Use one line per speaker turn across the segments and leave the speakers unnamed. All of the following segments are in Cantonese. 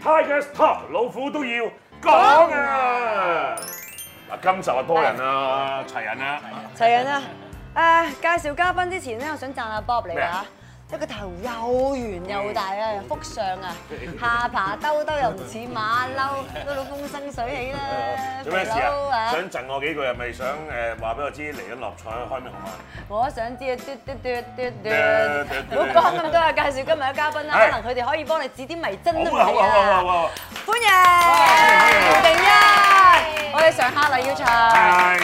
Tigers Top 老虎都要講啊！嗱，今集啊多人啦，齊人啦，
齊人啊！唉，介紹嘉賓之前咧，我想讚下 Bob 你
咩啊
啊！即係個頭又圓又大啊，又腹上啊，下巴兜兜又唔似馬騮，嗰度風生水起啦，
做咩事
肥佬
啊？想贈我幾句係咪想誒話俾我知嚟緊落彩開咩行啊？
我想知啊，嘟嘟嘟嘟嘟，唔好講咁多啊！介紹今日嘅嘉賓啦，
係
可能佢哋可以幫你指啲迷津都唔
好啊好
定
啊好啊好
啊！
啊！
歡迎定一，我哋上下黎耀祥。
係啊
哇！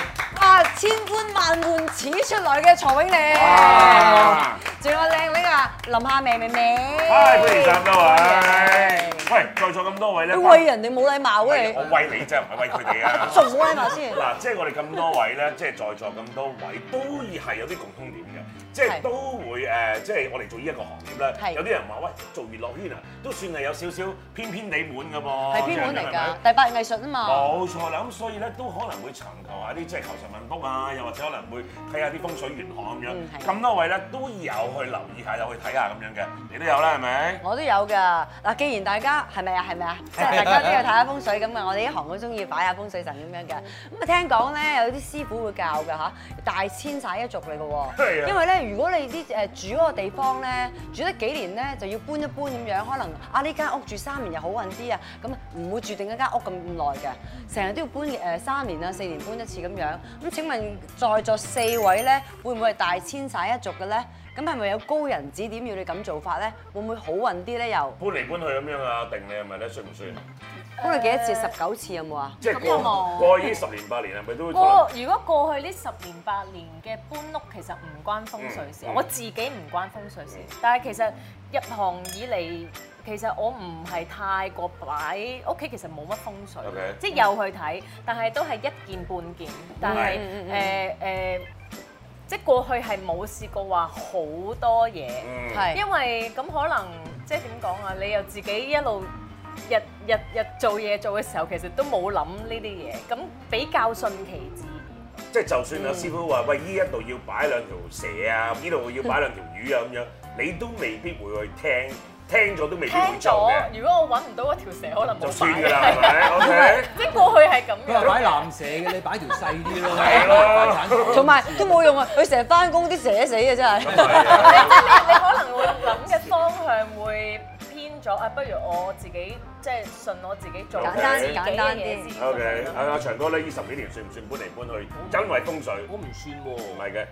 啊千歡萬喚始出來嘅曹永利，
啊
仲有靚女啊林夏薇薇薇，
係，歡迎三位。喂，在座咁多位咧，
你喂人哋冇禮貌嘅你
我，喂你啫，唔係喂佢哋啊。
仲冇禮貌先。
嗱，即係我哋咁多位咧，即係在座咁多位都係有啲共通點嘅，即係
係
都會誒，即係我哋做呢一個行業咧，
係
有啲人話喂，做娛樂圈啊，都算係有少少偏偏地滿嘅噃，
係偏門嚟
係咪
㗎，第八藝術啊嘛，
冇錯啦，咁所以咧都可能會尋求下啲即係求神問卜啊，又或者可能會睇下啲風水玄學咁
嗯
樣。
係
咁多位咧都有去留意下，有去睇下咁樣嘅，你都有啦係咪？
我都有㗎。嗱，既然大家係咪啊係 咪啊，即係大家都要睇下風水咁啊，我哋呢行好中意擺下風水神咁樣嘅。咁啊聽講咧有啲師傅會教㗎嚇，大千曬一族嚟㗎
係啊
喎，因為咧如果你啲誒住嗰個地方咧住得幾年咧就要搬一搬咁樣，可能啊呢間屋住三年又好運啲啊，咁唔會住定一間屋咁耐嘅，成日都要搬誒三年啊四年搬一次咁樣。咁請問在座四位咧會唔會係大千曬一族嘅咧？咁係咪有高人指點要你咁做法咧？會唔會好運啲咧？又
搬嚟搬去咁樣啊，定你係咪咧？算唔算？
搬咗幾多次？十九次有冇啊？
即係
咁又
過
冇
過去呢十年八年係咪都可能
過如果過去呢十年八年嘅搬屋其實唔關風水事，
嗯嗯嗯
我自己唔關風水事，但係其實入行以嚟。其實我唔係太過擺屋企，其實冇乜風水
OK
即係又去睇，但係都係一件半件。但係
嗯嗯
誒誒，即係過去係冇試過話好多嘢。
嗯
係
因為咁可能即係點講啊？你又自己一路日日日做嘢做嘅時候，其實都冇諗呢啲嘢，咁比較順其自然。
即係就算有師傅話喂，依一度要擺兩條蛇啊，呢度要擺兩條魚啊咁樣，你都未必會去聽，聽咗都未必會
聽
做
咗
嘅，，
如果我揾唔到嗰條蛇，可能
就
冇
算
擺
㗎啦，係咪？OK，
即係過去係 咁
佢話
樣。
擺藍蛇嘅，你擺條細啲咯。
係咯
同埋都冇用啊！佢成日翻工啲蛇死啊，真係。
咁係啊
即係你你可能會諗嘅方向會偏咗啊，不如我自己即係信我自己做
簡
單
自己嘅
簡單啲
嘢先
OK，阿啊阿長哥咧，呢十幾年算唔算搬嚟搬去？因為風水
我唔
唔
算喎。
係嘅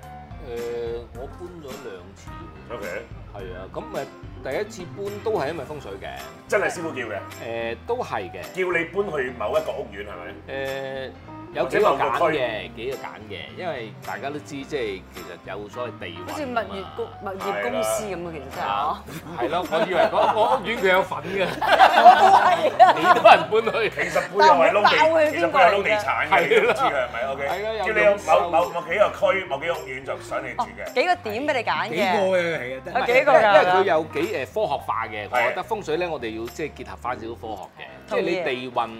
誒，我搬咗兩次喎。
，OK，
係啊，咁咪第一次搬都係因為風水嘅。
真係師傅叫嘅，
誒，都係嘅。
叫你搬去某一個屋苑係咪？
誒，有幾個揀嘅，幾個揀嘅，因為大家都知，即係其實有所謂地運啊嘛
好似物業公物業公司咁啊，其實真係啊！
係咯，我以為嗰個屋苑佢有份嘅，我 都係啊， 你都係人
其
搬去。
實背後係窿地，其實背後係窿地產嘅，你都知嘅係咪？OK，
係啦有
叫你有某某某幾個區、某幾個屋苑就想你住嘅。
幾個點俾你揀
幾個
嘅？
嘅其實真
啊
係。
幾個
因為佢
㗎？
有幾誒科學化嘅，我
係
覺得風水咧，我哋要即係結合翻少少科學嘅，即
同
係
意
你地運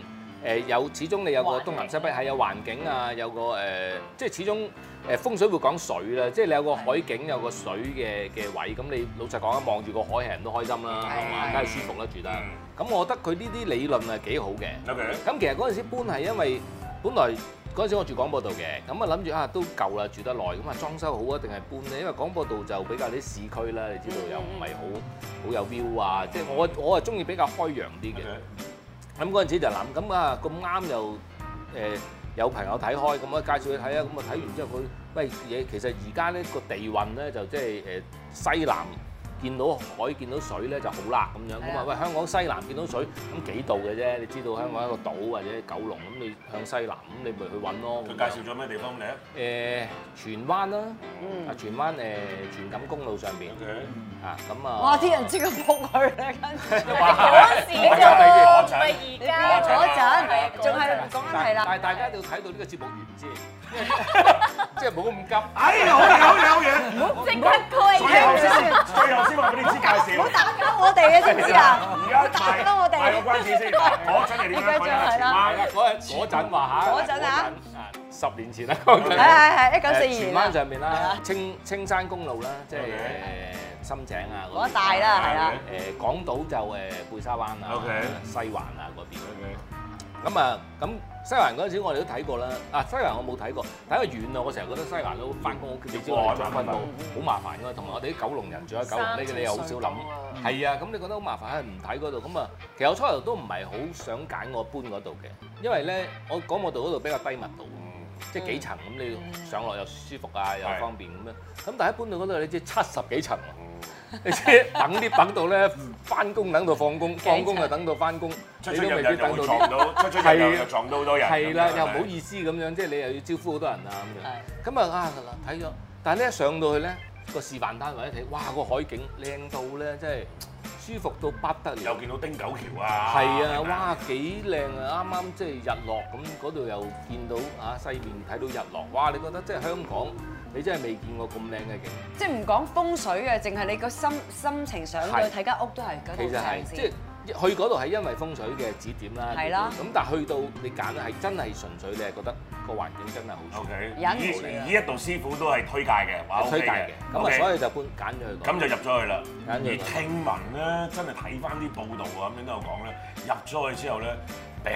誒有，始終你有個
環境
東南西北係有環境啊，有個誒，即係始終誒風水會講水啦，即係你有個海景有個水嘅嘅位，咁你老實講啊，望住個海係人都開心啦，係嘛，梗係舒服啦住
Ừ.
得。
嗯
咁我覺得佢呢啲理論啊係幾好嘅。
OK，
咁其實嗰陣時搬係因為本來嗰陣時我住廣播道嘅，咁啊諗住啊都夠啦，住得耐，咁啊裝修好啊定係搬咧？因為廣播道就比較啲市區啦，你知道又唔係好好有 view 啊，即係我我啊中意比較開揚啲嘅。咁嗰陣時就諗，咁啊咁啱又誒、ờ, 有朋友睇開，咁啊介紹佢睇啊，咁啊睇完之後佢喂嘢，其實而家咧個地運咧就即係誒西南見到海見到水咧就好啦咁樣，咁啊喂香港西南見到水咁幾度嘅啫，你知道香港一個島或者九龍咁，你向西南咁你咪去揾咯。
佢介紹咗咩地方你啊
誒、荃灣啦，啊荃灣誒、荃錦公路上邊
？OK。
啊咁啊，
哇！啲人即刻撲佢啦，跟住
嗰陣時
我就係要我
就唔
就係
係而家
嗰
係啊
陣仲係
但
講緊係啦，
但係大家一定要睇到呢個節目完先，即係冇咁急。
哎呀，好嘢，好嘢，好嘢！
即刻佢
最後先，最後先話俾你知介
唔好
紹。
打鳩我哋啊，知唔知啊？
而
唔
家
好打鳩
賣賣
我哋
個。關子先，我真係點樣講啊？
你繼續係
荃
啦
係啦
灣，
嗰嗰陣話嚇，
嗰陣啊
嗰陣，十年前啦，講
係係係，一九四二年啦
誒荃灣。上面啦，青青山公路啦，即係誒深井啊嗰
嗰
邊
一帶啦，係啦，
誒港島就誒貝沙灣啊
OK
西環啊嗰邊。咁啊，咁西環嗰陣時我哋都睇過啦。啊，西環我冇睇過，睇個遠啊！我成日覺得西環都翻工屋企朝
要
嚟
趕啊
翻到好麻煩噶，同埋我哋啲九龍人住喺九龍呢，你又好少諗。係啊，咁你覺得好麻煩，係唔睇嗰度咁啊？其實我初頭都唔係好想揀我搬嗰度嘅，因為咧我廣播道嗰度比較低密度，即係幾層咁你上落又舒服啊，又
係
方便咁樣。咁但係一搬到嗰度你知七十幾層喎。你知等啲等到咧，翻工等到放工，放工就等到翻工，你都未必等到啲。
à.
係啦，又唔好意思咁樣，即係你又要招呼好多人啊咁樣。咁啊啊嗱睇咗，但係咧上到去咧個示範單位一睇，哇個海景靚到咧，真係舒服到不得了。
à.
係啊，哇幾靚啊！啱啱即係日落咁，嗰度又見到啊西面睇到日落，哇！你覺得即係香港，你真係未見過咁靚嘅景。
即係唔講風水嘅，淨係你個心心情上去
係
睇間屋都係嗰
其實
度
係
正
即係
先。
去嗰度係因為風水嘅指點啦，
係啦
咁但係去到你揀咧係真係純粹你係覺得個環境真係好舒服，係推介嘅，咁啊所以就搬揀咗去嗰度。
咁就入咗去啦。而
揀咗佢
聽聞咧，真係睇翻啲報道啊，咁樣都有講咧，入咗去之後咧，頂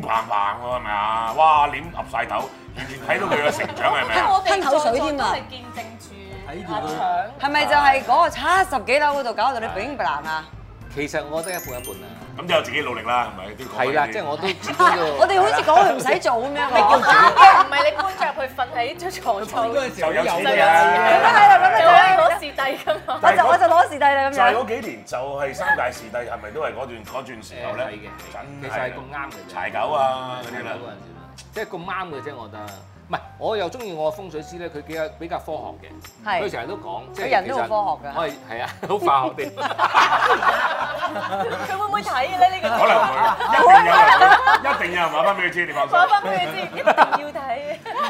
棒棒喎，係咪啊？哇，臉岌晒頭，完全睇到佢嘅成長係 咪啊？
吞口水添啊
係見證
睇
住
住
阿
佢
腸。
係咪就係嗰個七十幾樓嗰度搞到你
係
bling bling 啊？
其實我覺得一半一半啦，
咁就自己努力啦，係咪？都要講
係啦，
呢啲
即係我都知道
我哋好似講佢唔使做咁樣喎。
啊唔係你搬入去瞓喺張床
嗰
度，
陣時候
就有
有
錢
嘅
嘅，
係啦咁
就
就
可以攞視帝㗎嘛。
我就我就攞視帝啦咁
就係
樣。
嗰幾年，就係三大視帝，係咪都係嗰段嗰段時候咧？
係嘅，其
真
實係
係
咁啱嘅啫。
柴狗啊嗰
柴
啲
狗
啦
嗰陣時啦，即係咁啱嘅啫，我覺得。唔係，我又中意我嘅風水師咧，佢比較比較科學嘅。佢
係。
成日都講，即
佢
係
人都好
其實
科學㗎
我係係啊， 好化學啲。
佢會唔會睇嘅咧？呢個
可能會，一定有人會，一定有人話翻俾佢知，你放心。
講翻俾佢知，一定要睇。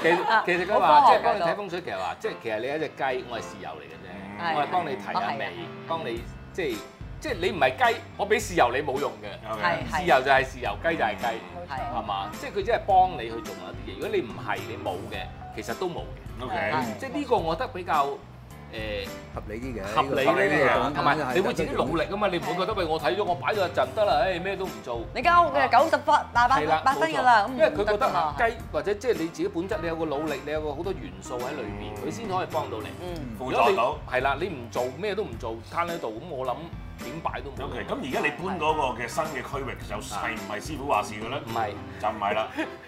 其實其實佢
好
話
科
即
學
係幫你
嗰
睇
度
風水，其實話即係其實你係一隻雞，我係豉油嚟嘅
係
啫，我係幫你提
係啊
下
係
味
係，
幫你即係即係你唔係雞，我俾豉油你冇用嘅，
OK
係
豉油就係豉油，雞就係雞，
係
係嘛？即係佢只係幫你去做某一啲嘢，如果你唔係你冇嘅，其實都冇嘅。
OK，
係
即係呢個我覺得比較誒
合理啲嘅，
合理呢啲嘢，同
同
埋
埋
你會自己努力啊嘛，你唔會覺得喂我睇咗我擺咗一陣得啦，誒咩都唔做。
你間屋嘅九十八大八
係啦，
八分㗎啦，咁
因為佢覺
唔
得
啦
啊。雞或者即係你自己本質，你有個努力，你有個好多元素喺裏面，佢先可以幫到你。
嗯，
輔
如果
助
你
到。
係啦，你唔做咩都唔做，攤喺度咁，我諗點擺都冇
O K，咁而家你搬嗰個嘅新嘅區域就係唔係師傅話事嘅咧？
唔係，
就唔係啦，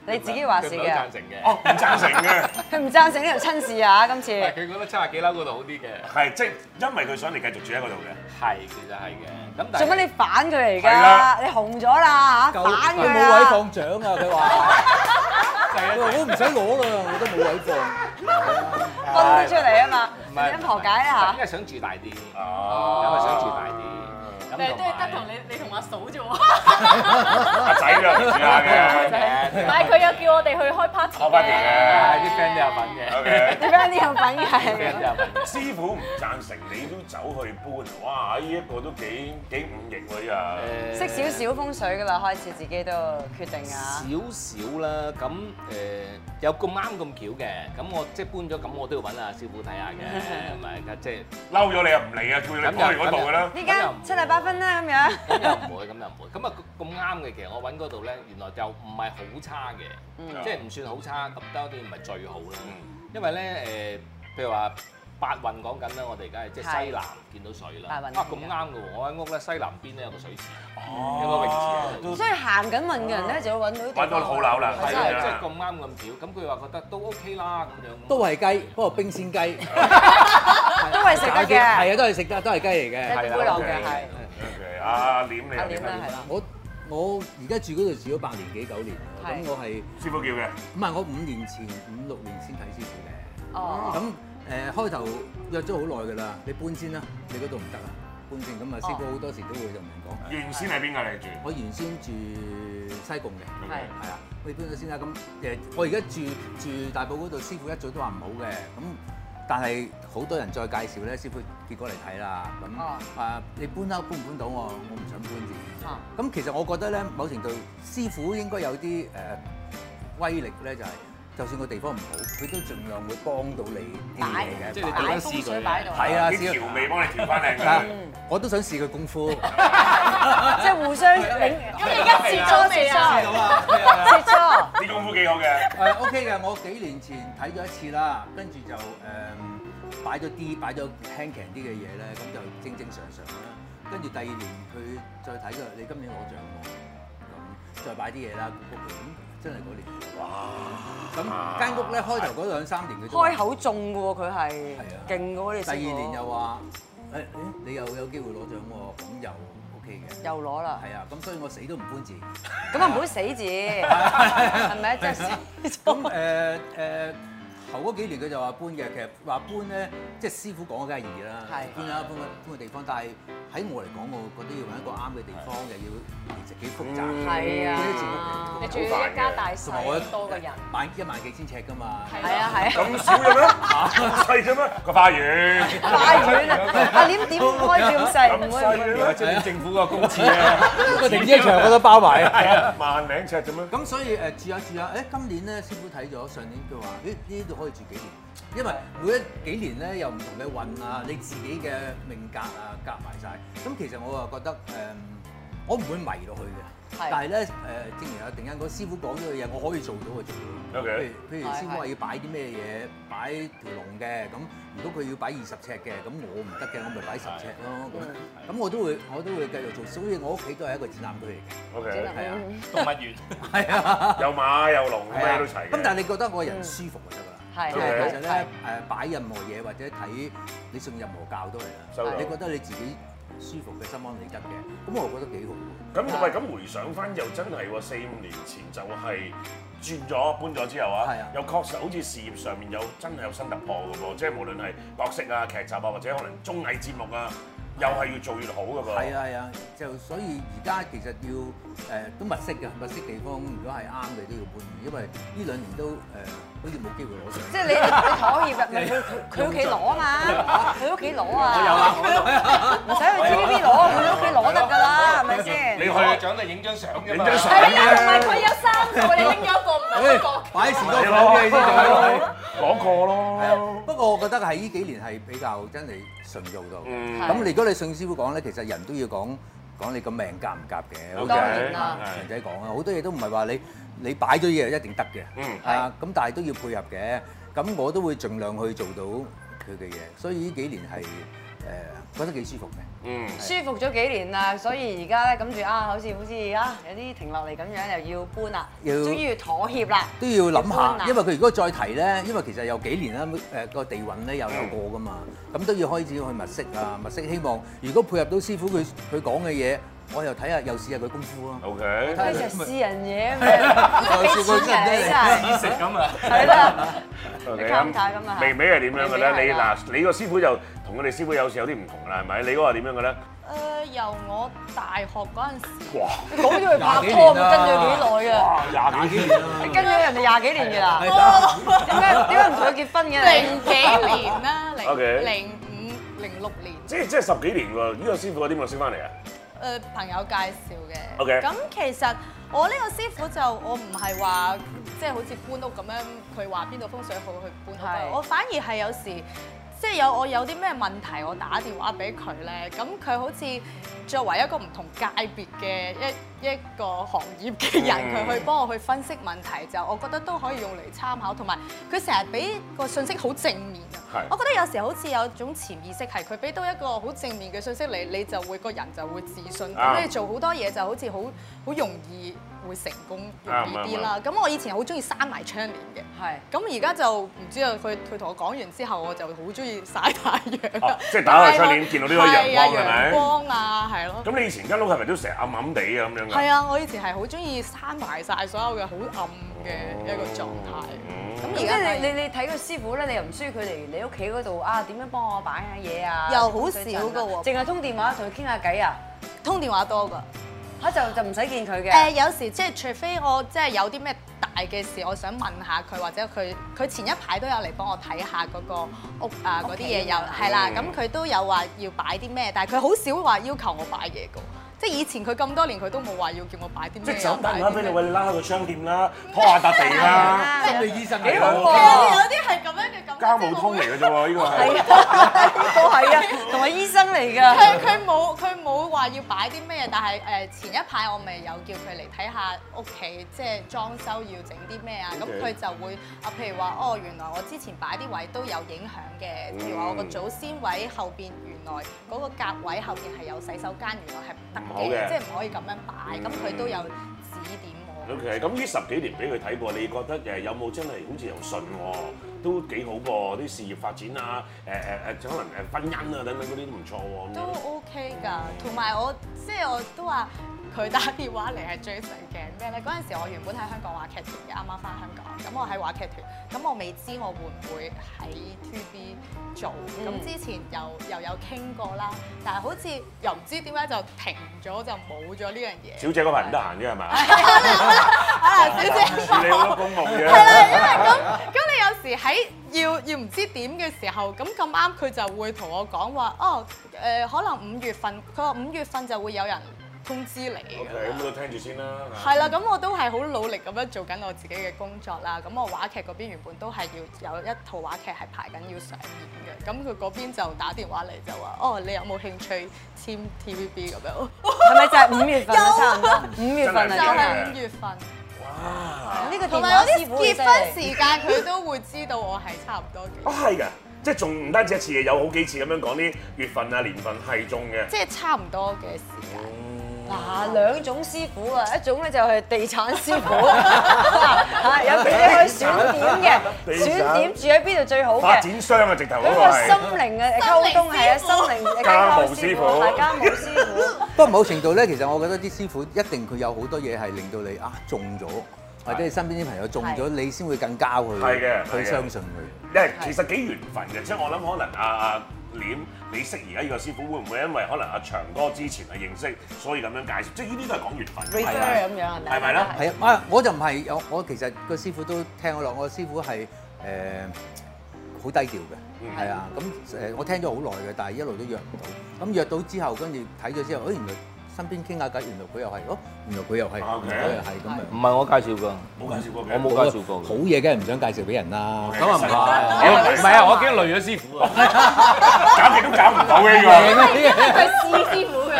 你自己話事
佢唔係好贊
嘅，
成嘅。
哦，唔贊成嘅，
佢唔贊成呢條親事啊！今次
唔係佢覺得七廿幾樓嗰度好啲嘅。
係即係因為佢想你繼續住喺嗰度嘅。
係，其實係嘅。咁但
做
係
乜你反佢嚟
係啦
㗎？你紅咗啦嚇，
夠
反
佢
佢
冇位
啦！
放獎啊！佢話：佢話
係啊
我唔使攞啦，我都冇位放。
分出嚟啊嘛，
唔係
咁何解啦
因為想住大啲，因為想住大
哦，
啲。
但係
咁同
都係
埋
得同你你同阿嫂啫喎。
阿仔就唔住下嘅。
唔係佢又叫我哋去開 party
開 party
係
嘅
啲 friend 都有份嘅
O K，
嚇？點解呢有份
啲，friend
嘅？
都有份嘅。
師傅唔贊成，你都走去搬，哇！呢一個都幾幾五型喎，呢
識少少風水㗎啦，開始自己都決定啊！
少少啦，咁誒、有咁啱咁巧嘅，咁我即係搬咗，咁我都要揾阿師傅睇下 嘅，咪即係
個嬲咗你又唔嚟啊，叫你搬去嗰度嘅啦。
呢間七十八分啦咁樣，
咁又唔會，咁又唔會，咁啊咁啱嘅，其實我揾嗰度咧，原來又唔係好差嘅，即係唔算好差，咁當然唔係最好啦，因為咧誒、譬如話。八運講緊啦，我哋而家係即係西南見到水啦。
八運
啊咁啱嘅喎，我間屋咧西南邊咧有個水池，
哦，都
所以行緊運嘅人咧就會揾到啲地方
揾到好樓啦
真
係
係
啊，即係咁啱咁巧。咁佢話覺得都 OK 啦咁樣。
都係雞，不過冰鮮雞。
都係食得嘅，
係啊，都係食得，都係雞嚟
即
嘅。
係
係啦
杯落
OK
嘅係。
OK，阿廉你
阿
又
廉
點
啦
啊
係？啦，
我我而家住嗰度住咗八年幾九年，
係
咁我係
師傅叫嘅，
唔係我五年前五六年先睇師傅嘅。
哦，
咁誒開頭約咗好耐㗎啦，你搬先啦，你嗰度唔得啊，搬先咁啊，師傅好多時都會同人講。
原先係邊個你住？
我原先住西貢嘅，
係
係啊，我搬咗先啦。咁誒，我而家住住大埔嗰度，師傅一早都話唔好嘅。咁但係好多人再介紹咧，師傅結果嚟睇啦。咁
哦
啊、你搬啦，搬唔搬到我？我唔想搬住。
啊
咁其實我覺得咧，某程度師傅應該有啲誒、威力咧，就係、就算個地方唔好，佢都盡量會幫到你啲嘢嘅。
即係你
擺
擺風水擺喺度，
係啊，
啲
只
調味幫你調翻 靚
要
佢。
我都想試佢功夫。
即係互相領
咁你而家切咗未啊？
咁啊，係啊
切磋。
啲功夫幾好嘅，
誒 OK 嘅，我幾年前睇咗一次啦，跟住就誒擺咗啲擺咗輕強啲嘅嘢咧，咁就正正常常啦。跟住第二年佢再睇咗，你今年攞獎喎，咁再擺啲嘢啦，嗰個咁真係嗰年。哇！咁間屋咧開頭嗰兩三年佢都話
開口中嘅喎，佢係
啊
勁嘅喎，你
第
試
二年
過
又話誒誒你又有機會攞獎喎，咁又 OK 嘅。
又攞啦，
係啊，咁所以我死都唔搬字。
咁啊唔好死字，係咪？即係死
咁
咗。
誒誒頭嗰幾年佢就話搬嘅，其實話搬咧，即係師傅講嘅梗係易啦，
係
搬啦搬個搬個地方，但係喺我嚟講，我覺得要揾一個啱嘅地方，又要其實幾複雜，
係啊
呢啲節目
你仲要一家大細嗯多個人，
萬一萬幾千尺㗎嘛，
係
係啊係啊，
咁少嘅咩？咁細啫咩？個花園，
太遠啦！阿廉點開住咁細，
咁
唔
細嘅
會
咩？
即係政府個公廁啊，
個停車場我都包埋。
係啊，萬零尺啫咩？
咁所以誒住下住下，誒今年咧師傅睇咗，上年佢話咦呢度可以住幾年，因為每一幾年咧有唔同嘅運啊，你自己嘅命格啊夾埋晒。咁其實我啊覺得誒、我唔會迷落去嘅。
係
但係咧誒，正如阿定欣講，師傅講咗嘅嘢，我可以做到嘅做到。
OK
譬如譬如
係
師傅話要擺啲咩嘢，擺條龍嘅，咁如果佢要擺二十尺嘅，咁我唔得嘅，我咪擺十尺咯。咁咁我都會我都會繼續做，所以我屋企都係一個展覽區嚟嘅。
OK，
係啊，
動物園。
係啊。
有馬有龍
係
咩
啊
都齊嘅。
咁但係你覺得我人舒服就得㗎啦。
嗯係
即係其實
係
咧誒擺任何嘢或者睇你信任何教都係
收
啦
到。
你覺得你自己舒服嘅心安理得嘅，咁我覺得幾好喎。
咁喂，咁回想翻又真係喎，四五年前就係轉咗搬咗之後啊
係啊，
又確實好似事業上面有真係有新突破嘅喎，即係無論係角色啊、劇集啊，或者可能綜藝節目啊，又係越做越好嘅
係
噃。
啊係啊，就所以而家其實要誒、都物色嘅，物色地方如果係啱嘅都要搬，因為呢兩年都誒、好似冇機會攞上。
即係你你妥協入咪佢佢佢屋企攞嘛，佢屋企攞啊，唔使去 TVB 攞，佢屋企攞得㗎啦，係咪先
你？去
攞獎就影張相㗎
影
嘛。
張相
係啊，
咧
同埋佢有三個，你拎咗一個唔係一個
誒。擺時多
你
手
攞
嘅呢啲就係
攞過
係啊
咯。
不過我覺得喺呢幾年係比較真係順做到。
嗯
咁如果你信師傅講咧，其實人都要講講你個命夾唔夾嘅。好
當然啦
強仔講啊，好多嘢都唔係話你你擺咗嘢就一定得嘅。
嗯
啊，咁但係都要配合嘅。咁我都會盡量去做到佢嘅嘢，所以呢幾年係誒、ờ, 覺得幾舒服嘅。
嗯，
舒服咗幾年啦，所以而家咧諗住啊，好似好似啊有啲停落嚟咁樣，又要搬啦，
要
終於要妥協啦。
都要諗
搬啊
下，因為佢如果再提咧，因為其實有幾年啦，誒個地運咧又有過噶嘛，咁都要開始去物色啊，物色希望如果配合到師傅佢佢講嘅嘢，我又睇下又試下佢功夫咯。
OK，
佢成日私人嘢咁樣，俾錢人你真係
食咁啊！
係啦，
OK，
你探下咁啊
微微係點樣嘅咧？
微微
你
係啦
嗱，你個師傅就同我哋師傅有時有啲唔同啦，係咪？你嗰個係點樣嘅咧？
誒，呃由我大學嗰陣時，
哇！
講咗佢拍拖，跟咗幾耐啊？
啊哇！廿幾年啦，
跟咗人哋廿幾年嘅啦，
啊
點解點解唔同佢結婚嘅你？
零幾年啦，零
OK
零五零六年，
即係即係十幾年喎。呢個師傅點解識翻嚟啊？
誒呃朋友介紹嘅。
OK
咁其實我呢個師傅就我唔係話即係好似搬屋咁樣，佢話邊度風水好去搬
係
屋。啊我反而係有時即係有我有啲咩問題，我打電話俾佢咧，咁佢好似作為一個唔同界別嘅一一個行業嘅人，佢、
嗯
去幫我去分析問題，就我覺得都可以用嚟參考，同埋佢成日俾個信息好正面啊
係
我覺得有時好似有種潛意識係佢俾到一個好正面嘅信息你，你就會個人就會自信，
嗯啱
咁你做好多嘢就好似好好容易會成功容易啲啦。咁我以前好中意閂埋窗簾嘅。
係。
咁而家就唔知啊，佢佢同我講完之後，我就好中意曬太陽啦
哦即係打開窗簾見到呢個 陽光係咪
陽光啊，係咯。
咁你以前間屋係咪都成日暗暗地啊咁樣㗎？
係啊，我以前係好中意閂埋晒所有嘅好暗嘅一個狀態。
嗯
咁
即
而家
係
係
你你你睇個師傅咧，你又唔需要佢嚟你屋企嗰度啊，點樣幫我擺下嘢啊？
又好少㗎喎
淨係通電話同佢傾下偈啊，
通電話多㗎。
嚇就就唔使見佢
誒、
嘅。
有時即係除非我即係有啲咩大嘅事，我想問下佢，或者佢佢前一排都有嚟幫我睇下嗰個屋啊嗰啲嘢有係啦，咁佢都有話要擺啲咩，但係佢好少話要求我擺嘢㗎。即係以前佢咁多年佢都冇話要叫我擺啲咩啊。
即係就咁打電話俾你，
擺啲咩
喂，你拉下個商店啦，拖下笪地啦，
啊
心理醫生
幾
嚟
好
其
喎
實有啲係咁樣嘅感覺。
家務
即係我
通嚟
會
嘅啫喎，呢個
係
係。
啊，都係啊，同埋醫生嚟㗎。
佢佢冇佢冇話要擺啲咩，但係誒、呃前一排我咪有叫佢嚟睇下屋企即係裝修要整啲咩啊，咁
OK
佢就會啊，譬如話哦，原來我之前擺啲位都有影響嘅，譬如話我
嗯
個祖先位後邊原來嗰個格位後邊係有洗手間，原來係唔
唔好
得
嘅
嘅，即係唔可以咁樣擺，咁佢都有指點我。
OK，咁呢十幾年俾佢睇過，你覺得誒有冇真係好似又順喎，都幾好噃，啲事業發展啊，誒誒誒，可能誒婚姻啊等等嗰啲都唔錯喎。咁
都
樣
OK 㗎，同埋我即係我都話佢打電話嚟係最常嘅咩咧？嗰陣時我原本喺香港話劇團嘅，啱啱翻香港，咁我喺話劇團，咁我未知我會唔會喺 TVB 做，咁、
嗯
之前又又有傾過啦，但係好似又唔知點解就停咗，就冇咗呢樣嘢。
小姐嗰排唔得閒啫係嘛？
啊，小姐。
處理好多公務嘅。
啊咁你有時喺要要唔知點嘅時候，咁咁啱佢就會同我講話，哦，誒、可能五月份，佢話五月份就會有人通知你㗎
OK，
啦
咁都聽住先啦。
係啦，咁我都係好努力咁樣做緊我自己嘅工作啦。咁我話劇嗰邊原本都係要有一套話劇係排緊要上演嘅，咁佢嗰邊就打電話嚟就話：哦，你有冇興趣簽 TVB 咁樣？
係咪就係五月份啊？差唔多五月份
就
真
啊，
係五月份，
啊哇！
呢個
同
電
埋有
話師
啲
傅
結婚時間佢都會知道我係差唔多
啊
嘅，
係㗎，即係仲唔單止一次嘅，有好幾次咁樣講啲月份啊、年份係中嘅。
即係差唔多嘅時間。
嗱，兩種師傅啊，一種咧就係地產師 傅，嚇有俾你可以選點
地
嘅，
產
選點住喺邊度最好
發
嘅。
展商啊，直頭
嗰
嗰個
個
係。
心靈嘅溝通係啊，心靈係家務師傅，
不過某程度咧，其實我覺得啲師傅一定佢有好多嘢係令到你啊中咗，或者你身邊啲朋友中咗，你先會更加佢，
係嘅係嘅
去相信佢。
因為其實幾緣分嘅，即係我諗可能阿阿廉，你識而家呢個師傅，會唔會因為可能阿長哥之前係認識，所以咁樣介紹？即係呢啲都係講緣分。
refer 咁樣係咪？
係咪啊啦？
係啊，啊我就唔係有，我其實個師傅都聽我落，我師傅係誒好低調
嗯
嘅，係啊，咁誒我聽咗好耐嘅，但係一路都約唔到。咁約到之後，跟住睇咗之後，誒哦原來身邊傾下偈，原來佢又係，哦原來佢又係，
OK
原來佢又係咁啊。
唔係我介紹㗎，
冇介紹過嘅。
我冇介紹過
好
㗎。
嘢梗係唔想介紹俾人啦，
OK，
咁啊
實
唔係，
我
唔係啊，我驚累咗師傅啊。
搞極都搞唔到嘅呢個。
佢試師傅嘅。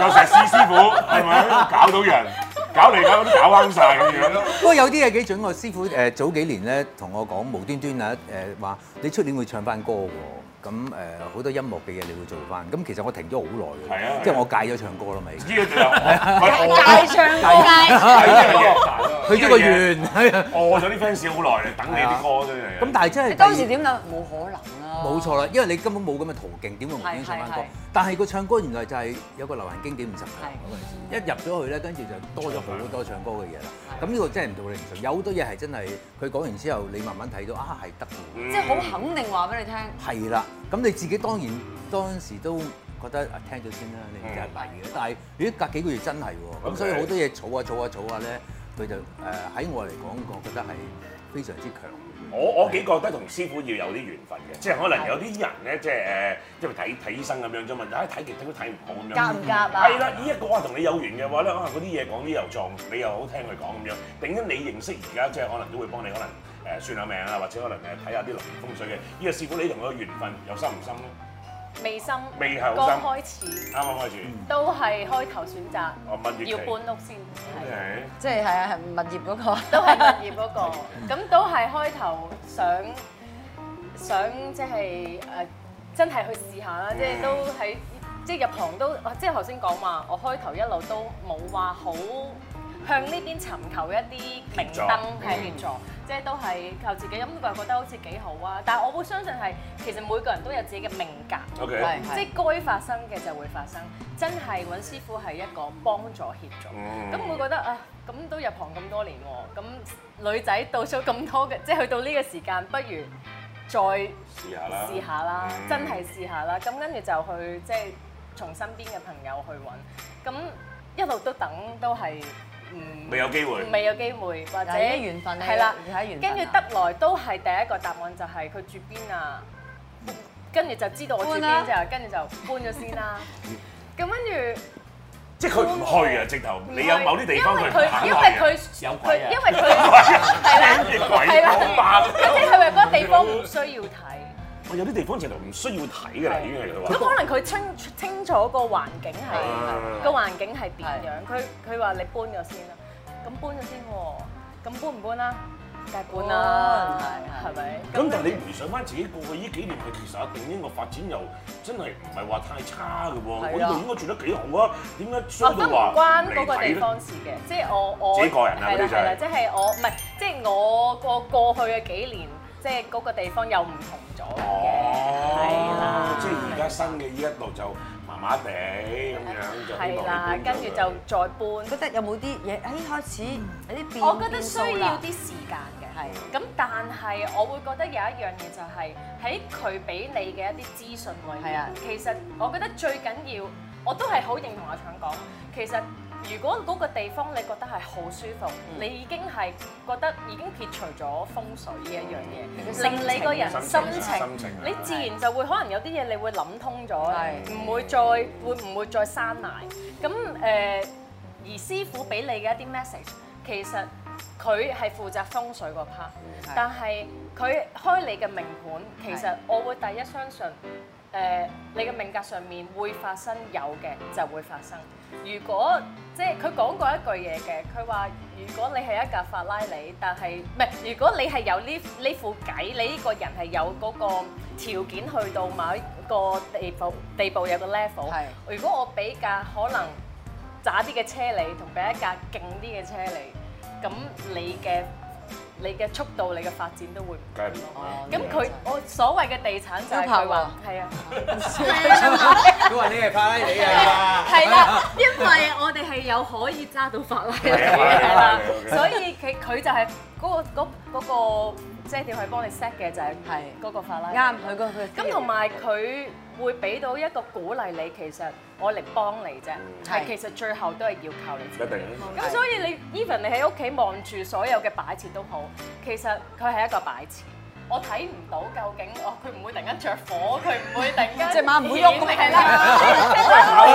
有成試師傅係咪？搞到人，搞嚟搞去都搞坑晒咁樣。
不過有啲嘢幾準，我師傅誒、早幾年咧同我講無端端啊誒話你出年會唱翻歌喎，咁誒好多音樂嘅嘢你會做翻，咁其實我停咗好耐
係啊係啊
嘅，即係我戒咗唱歌啦咪，
呢個就係我
大唱歌，
佢咗個願係啊，
餓咗啲 fans 好耐啦，等你啲歌真係。
咁但係真
你
係
當時點諗？冇可能啦，
冇錯啦，因為你根本冇咁嘅途徑，點會無端端唱翻
係係
歌
係？
但係個唱歌原來就係有個流行經典五十強
係
一入咗去咧，跟住就多咗好多唱歌嘅嘢啦。咁呢個真係唔到你唔信，有好多嘢係真係佢講完之後，你慢慢睇到啊係得嘅喎。
嗯
即係好肯定話俾你聽，
係啦，咁你自己當然當時都覺得啊聽咗先啦，你唔知係咪嘅。但係如果隔幾個月真係喎，咁
OK
所以好多嘢儲啊儲啊儲下咧，佢就誒呃喺我嚟講，我覺得係非常之強。
我我幾覺得同師傅要有啲緣分嘅，即係可能有啲人咧，即係誒，即係睇睇醫生咁樣啫嘛，但係睇極都睇唔好咁樣。
夾唔夾啊？
係啦，呢一個話同你有緣嘅話咧，可能嗰啲嘢講啲又撞，你又好聽佢講咁樣。頂緊你認識而家，即係可能都會幫你可能誒算下命啊，或者可能誒睇下啲流年風水嘅。呢個師傅你同佢嘅緣分又深唔深咧？
未深，
未係好深
剛開始
啱啱開始，哦
都係開頭選擇
我問月期
要搬屋先，係
，OK，
即係係啊，係物業嗰個。
都係物業嗰個，咁都係開頭想想即係誒呃真係去試下啦，即係都喺即係入行都啊即係頭先講話，我開頭一路都冇話好向呢邊尋求一啲明燈係協嗯助。即係都係靠自己，咁佢又覺得好似幾好啊！但係我會相信係，其實每個人都有自己嘅命格，
OK
係
即係該發生嘅就會發生，真係揾師傅係一個幫助協助。
嗯
咁會覺得啊，咁都入行咁多年喎，咁女仔到咗咁多嘅，即 係去到呢個時間，不如再
試下啦，
試下啦，
嗯
真係試下啦。咁跟住就去即係從身邊嘅朋友去揾，咁一路都等都係唔
未有機會。
未有機會，或者
睇啲緣分啊
係啦，
睇緣分
跟
啊
住得來都係第一個答案就係佢住邊啊，跟住就知道我住邊
搬啦
嗯
咋，跟住就搬咗先啦。咁跟住
即係佢唔去啊，直頭你有某啲地方佢
因為
唔
佢
肯去啊。
因為佢佢
有鬼啊
因為佢 係啦
鬼
係啦
講八
即係佢話嗰個地方唔需要睇。
我 有啲地方直頭唔需要睇㗎啦，已經係佢
咁
話。
可能佢清清楚個環境係
係
個環境係點樣，佢佢話你搬咗先啦，咁搬咗先喎，咁搬唔搬啦？梗係搬啦，
搬
係咪？
咁但係你回想翻自己過去呢幾年，其實阿定英個發展又真係唔係話太差嘅喎，我呢度應該住得幾好啊，點解
我
衰
哦都
到
唔
話
關
嚟
嗰個
睇
地
咧
方事嘅，即係我我
自己個人啊
係
嗰
啦
啲就係
係啦，即係我唔係即係我個過去嘅幾年，即係嗰個地方又唔同咗嘅，係啦
哦，，即係而家新嘅呢一度就麻麻地咁樣就希
係
望
啦
你，搬
跟
咗佢
住就再搬。
覺得有冇啲嘢？誒開始有啲變，
我覺得需
變數
要
啦
啲時間嘅，
係
咁但係我會覺得有一樣嘢就係喺佢俾你嘅一啲資訊裏
係啊
面，其實我覺得最緊要，我都係好認同阿強講，其實如果嗰個地方你覺得係好舒服，你已經係覺得已經撇除咗風水呢一樣嘢，
嗯
令你個人心
心情
情
心情啊。
你自然就會可能有啲嘢你會諗通咗
係，
唔會再會唔會再生埋。咁誒、呃而師傅俾你嘅一啲 message，其實佢係負責風水個 part，
嗯係
但係佢開你嘅命盤，其實我會第一相信。誒、你嘅命格上面會發生有嘅就會發生。如果即係佢講過一句嘢嘅，佢話如果你係一架法拉利，但係唔係如果你係有呢呢副計，你呢個人係有嗰個條件去到某一個地步地步有個 level
係。
如果我俾架可能渣啲嘅車你，同俾一架勁啲嘅車你，咁你嘅你嘅速度、你嘅發展都會唔
梗係唔
同
同
咯
啦。
咁佢我所謂嘅地產就係佢話係啊。
佢話你係法拉利 啊，
係啦，因為我哋係有可以揸到法拉利
係啊
係啦
係啊，
所以佢佢就係嗰個嗰嗰個即係點係幫你 set 嘅就係
係
嗰個法拉利。
啱佢個佢
咁同埋佢會俾到一個鼓勵你，其實我嚟幫你啫，係
係
其實最後都係要靠你
嗯一
自己。
定啦
咁所以你 even 你喺屋企望住所有嘅擺設都好，其實佢係一個擺設。我睇唔到究竟，哦，佢唔會突然間着火，佢唔會突然間
隻馬唔會喐咁
係啦，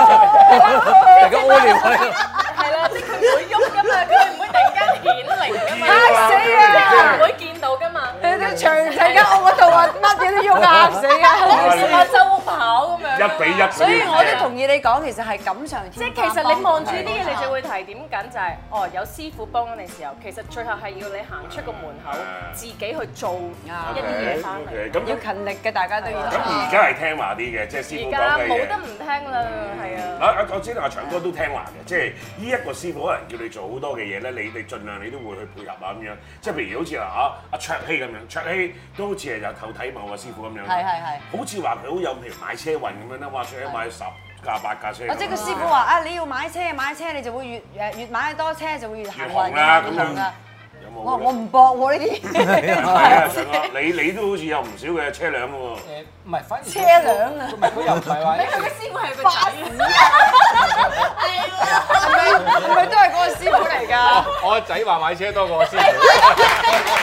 大家屙尿係啊
係啦，即係佢唔會喐噶嘛，佢唔會突然間顯靈噶嘛，
嚇死啊
即係我唔會見到噶嘛。
你都長仔間屋嗰度啊，乜嘢都要嚇死啊！
我我周屋跑咁樣㗎嘛。
一比一
所以我都同意你講，其實係錦上
即係
添
其
花
實你望住呢
幫
啲
到
嘢，
佢
你就會提點緊就係、哦，有師傅幫緊你時候，其實最後係要你行出個門口，自己去做一啲嘢翻嚟。
À. OK，咁
要勤力嘅，大家都要。
咁而家係聽話啲嘅，即係師
而
傅
家
講嘅
冇
嘢
得。唔聽啦，係
啊
啊。
啊！我知道阿長哥都聽話嘅，即係呢一個師傅可能叫你做好多嘅嘢咧，你哋盡量你都會去配合啊咁樣。即係譬如好似嗱啊阿卓希咁樣，卓希都好似係有透睇某個師傅咁樣。
係係係。
好似話佢好有譬如買車運咁樣啦，哇！卓希買十架八架車咁樣。
或者個師傅話啊，你要買車買車，你就會越誒越買得多車就會越行
越
運
紅啦咁
越
樣
紅啦。。
有冇
我
㗎咧？
我唔搏喎呢啲嘢，
啊係啊，長哥你你都好似有唔少嘅車輛喎。
誒唔係反而
車輛啊
唔係佢又唔係話
你佢嘅師傅係個仔，
啊
係咪都係嗰個師傅嚟㗎？
我個仔話買車多過我師傅。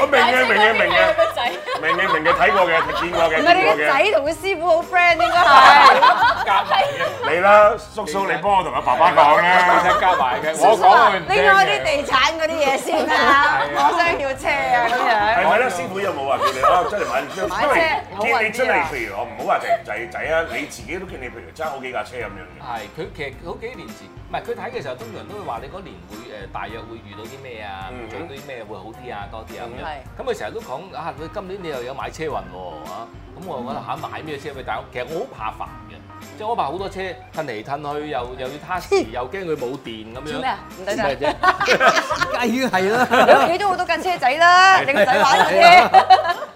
我明嘅，明嘅，明嘅
係。個仔。
明嘅明嘅睇過嘅，見過嘅，
唔係
見過
你個
嘅。
仔同個師傅好 friend 應該係。
加埋嘅，
你啦，叔叔，你幫我同阿爸爸講
其
啦。
實加埋嘅，
叔
我
叔啊
講佢唔
你
聽
愛啲
嘅。
地產嗰啲嘢先啦，我想要車啊咁樣。
係咪咧？師傅有冇話叫你啊？真係買
買車
因為
好運啲啊
見你真係，譬如我唔好話仔仔仔啊，你自己都見你譬如揸好幾架車咁樣嘅。
係，佢其實好幾年前，唔係佢睇嘅時候，通常都會話你嗰年會誒大約會遇到啲咩啊
嗯，
做到啲咩會好啲啊，多啲啊咁樣
係。
咁佢成日都講啊，佢今年你又有買車運喎啊，咁我覺得嚇買咩車俾大家？其實我好怕煩嘅，即係我怕好多車褪嚟褪去，又又要 task，又驚佢冇電咁樣。
做咩啊？唔使
咩
曬，
啫？
梗係啦。
你屋企都好多架車仔啦，你唔使玩車。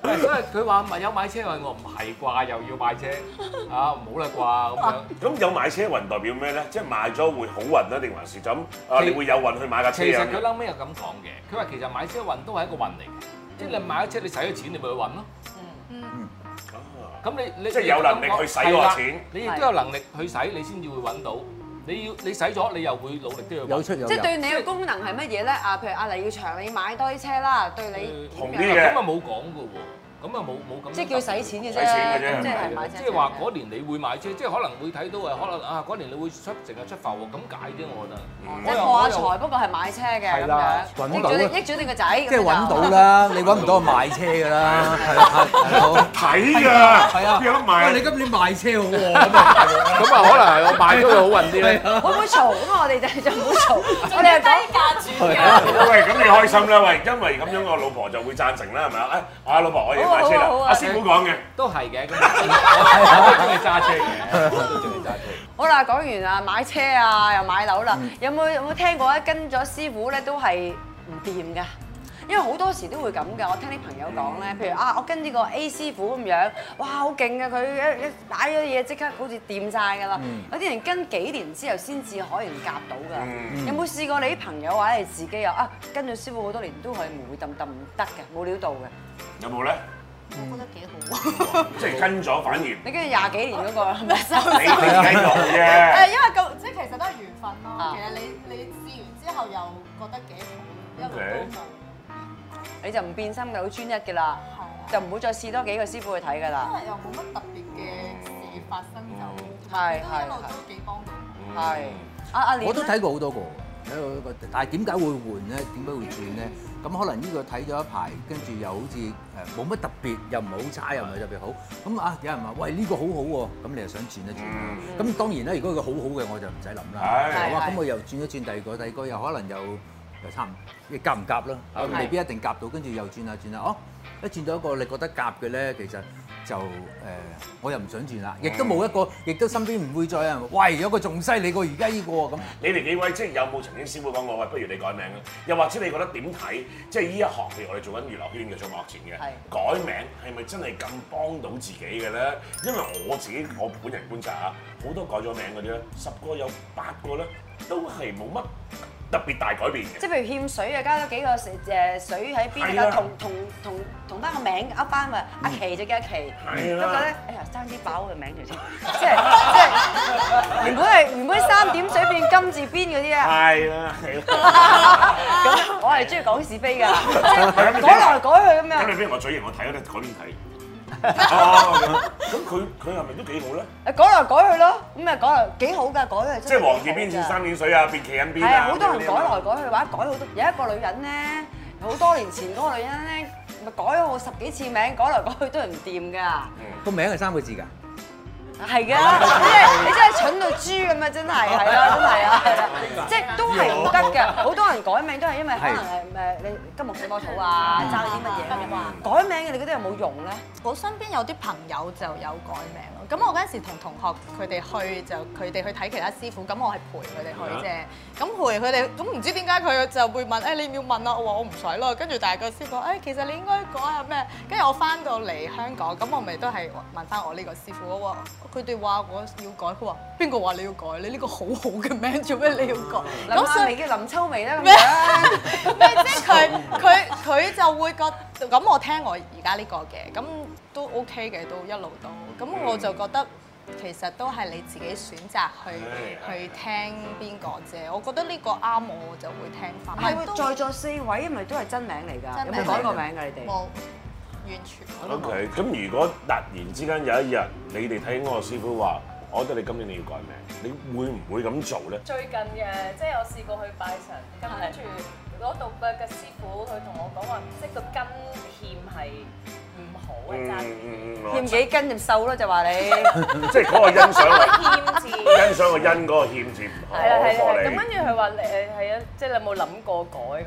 因為佢話咪有買車運，我唔係啩，又要買車啊，唔好啦啩咁樣。
咁有買車運代表咩咧？即係買咗會好運啦，定還是就咁啊？你會有運去買架車
其實
啊？
佢嬲尾又咁講嘅，佢話其實買車運都係一個運嚟嘅，即係你買咗車你使咗錢你咪去運咯。咁你你
即係有能力去使嗰個錢
係啦你亦都有能力去使，你先至會揾到。你要你使咗，你又會努力都 要
有
揾。
出有入
即係。對你嘅功能
嗯
係乜嘢咧？啊，譬如阿黎耀祥，你買多啲車啦，對你
紅
點
啲
樣
嘅
咁啊冇講嘅喎，咁啊冇冇咁
即係叫佢使錢嘅啫，
使錢嘅啫
咁即係
係
買
咪
車。
即係話嗰年你會買車，即係可能會睇到誒，可能啊嗰年你會出成日出埠喎，咁解啫，我覺得。
即係破下財，不過係買車嘅咁
係啦
樣，
揾
益
到
咗
啦
你益咗你個仔，
即係揾到。啦，你揾唔到我賣車㗎啦，係啊，係啊
睇㗎，
係啊，
邊有得賣
喂，你今年賣車好喎， 咁啊
咁啊，可能係我買咗佢好運啲咧。
會唔會嘈？咁我哋就就唔好嘈， 我哋係講
低價轉嘅。
喂，咁你開心啦，喂，因為咁樣我老婆就會贊成啦，係咪啊？誒，我阿老婆我要買車
好啊好啊好
啦，
啊
阿師傅講嘅，
都係嘅，咁我都中意揸車嘅，我都中意揸車。
好啦，講完啊買車啊又買樓啦，
嗯
有冇有冇聽過咧？啊跟咗師傅咧都係唔掂㗎。因為好多時都會咁㗎，我聽啲朋友講
嗯
咧，譬如啊，我跟呢個 A 師傅咁樣，哇，好勁啊！佢一一擺咗嘢，即刻好似掂晒㗎啦。有啲人跟幾年之後先至可以夾到㗎。
嗯
有冇試過你啲朋友或者你自己又啊跟咗師傅好多年都係唔會揼揼唔得嘅，冇料到嘅。
有冇咧？
我覺得幾好。
即係跟咗反而你
你跟住廿幾年嗰個 係咪
你喺度
誒，
啫。
因為咁即係其實都係緣分
啊
咯。其實你你試完之後又覺得幾好，一路都冇。
你就唔變心嘅，好專一嘅啦，
係啊，
就唔會再試多幾個師傅去睇㗎啦
因。為又冇乜特別嘅事發生就，
嗯係
都
係
一路都幾幫到我。
係啊啊！
我都
連咧
睇過好多個，睇過一個，但係點解會換咧？點解會轉咧？咁可能呢個睇咗一排，跟住又好似誒冇乜特別，又唔係好差，又唔係特別好。咁啊，有人話：喂，呢個好好喎，咁你又想轉一轉啦。咁當然啦，如果佢好好嘅，我就唔使諗啦。
嗯係
哇，
係
咁我又轉一轉第二個，第二個又可能又又差唔多，夾唔夾啦？啊
係
未必一定夾到，跟住又轉下轉下，哦，一轉到一個你覺得夾嘅咧，其實就誒、呃我又唔想轉啦，亦都冇一個，亦都身邊唔會再有人話，喂，有個仲犀利過而家呢個喎咁。
你哋幾位即係有冇曾經師傅講過喂，不如你改名啊？又或者你覺得點睇？即係呢一行譬如我哋做緊娛樂圈嘅做幕前嘅，
係
改名係咪真係咁幫到自己嘅咧？因為我自己我本人觀察啊，好多改咗名嗰啲咧，十個有八個咧都係冇乜特別大改變嘅。
即係譬如欠水啊，加咗幾個誒水喺邊
係
啊，
啦
同同同同翻個名噏翻咪阿琪就叫阿琪，
係啦
不過咧，哎呀爭啲飽嘅名條條， 即係即係原本係原本三點水變金字邊嗰啲啊，
係啦，係啦。
咁我係中意講是非㗎，即係 改來改去啊咁
咁
樣，
你俾我嘴型，我睇嗰啲嗰邊睇。 哦，咁咁佢佢係咪都幾好咧？
改來改去咯，咁咪改來幾好㗎，改咗
即係黃字邊似三點水啊，變企人邊
係啊，
啊。
好多人改來
來。
改去，或者改好多。有一個女人咧，好多年前嗰個女人咧，咪改咗我十幾次名，改來改去都係唔掂㗎。
個名係三個字㗎，
係嘅，即係你真係蠢到豬咁啊！真係係啦，真係啊，係啦，即係都係唔得嘅。好多人改名都係因為可能誒誒你金木水火土啊，爭啲乜嘢啊嘛。改名嘅你覺得有冇用咧？
我身邊有啲朋友就有改名咯，咁我嗰陣時同同學佢哋去就佢哋去睇其他師傅，咁我係啊陪佢哋去啫。咁陪佢哋，咁唔知點解佢就會問：誒、你要唔要問啊？我話我唔使咯。跟住但係個師傅誒、哎其實你應該改下咩？跟住我翻到嚟香港，咁我咪都係問翻我呢個師傅，我話佢哋話我要改，佢話邊個話你要改？你呢個好好嘅名做咩你要改？
林
咁所
夏
以
薇嘅林秋薇啦咁
咩
樣，
即係佢佢佢就會覺得咁我聽我而家呢個嘅，咁都 OK 嘅，都一路都咁我就覺得其實都係你自己選擇去去聽邊個啫。我覺得呢個啱我，我就會聽翻。
係喎，在座四位咪都係真名嚟㗎，有
真名
冇改過名㗎你哋？
冇完全
O K，咁如果突然之間有一日，你哋睇我師傅話，我覺得你今年你要改名，你會唔會咁做咧？
最近嘅，即係我試過去拜神，咁
係
跟住嗰度嘅師傅佢同我講話，即係個根欠係唔好
Ừ.
嘅爭啲，
嗯
欠
嗯，
幾斤就瘦咯，就話你。
嗯
即係嗰個欣賞啊，
欠字。
欣賞個欣嗰個欠字唔好，
係啦啊係啦，
幫
咁
你
跟住佢話誒係啊，即係你有冇諗過改咁？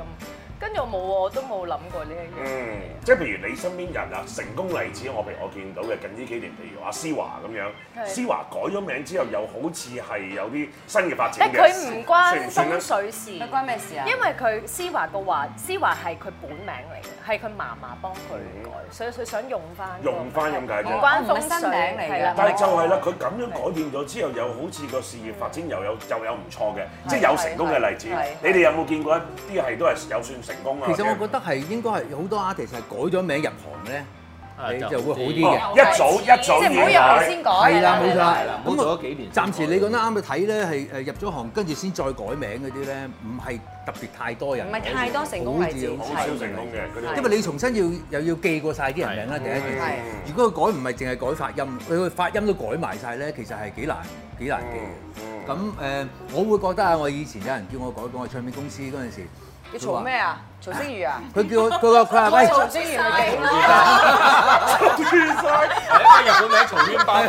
跟住我冇喎，我都冇諗過呢一樣。
嗯，即係譬如你身邊人啊，成功例子我譬如我見到嘅近呢幾年，譬如阿思華咁樣，
係
思華改咗名之後，又好似係有啲新嘅發展
但
嘅，
佢唔
算
關
算啦
風水事，
佢關咩事啊？
因為佢思華個華，思華係佢本名嚟嘅，係佢嫲嫲幫佢改，所以佢想用翻。
用翻咁解
唔
啫。
關
唔係
風
新
水
名嚟嘅
係啦
但係就係啦，佢咁樣改變咗之後，又好似個事業發展又有又有唔錯嘅，即係有成功嘅例子
係係。
你哋有冇見過一啲係都係有算成功啊？
其實我覺得係應該係好多 artist 係改咗名入行咧，
啊
你
就
就會好
啲
啲嘅。
哦一早一早
即係唔好
已經
入
改
頭先講。
係啦，冇錯
係啦
啦。
唔好
咁
做咗
啊
幾年先改。
暫時你講得啱嘅睇咧，係誒入咗行跟住先再改名嗰啲咧，唔係特別太多人
唔
改
係
嘅。
太多成功例子
好少成功嘅嗰啲
因為你重新要又要記過晒啲人名啦，第一件
係
事。如果佢改唔係淨係改發音，佢個發音都改埋晒咧，其實係幾難幾難記嘅。
嗯
咁誒、我會覺得啊，我以前有人叫我改過我唱片公司嗰陣時，
你嘈咩啊？曹星如啊？
佢叫我佢話佢話喂，
曹星如咪勁咯，
你一個日本名嘈冤巴閉，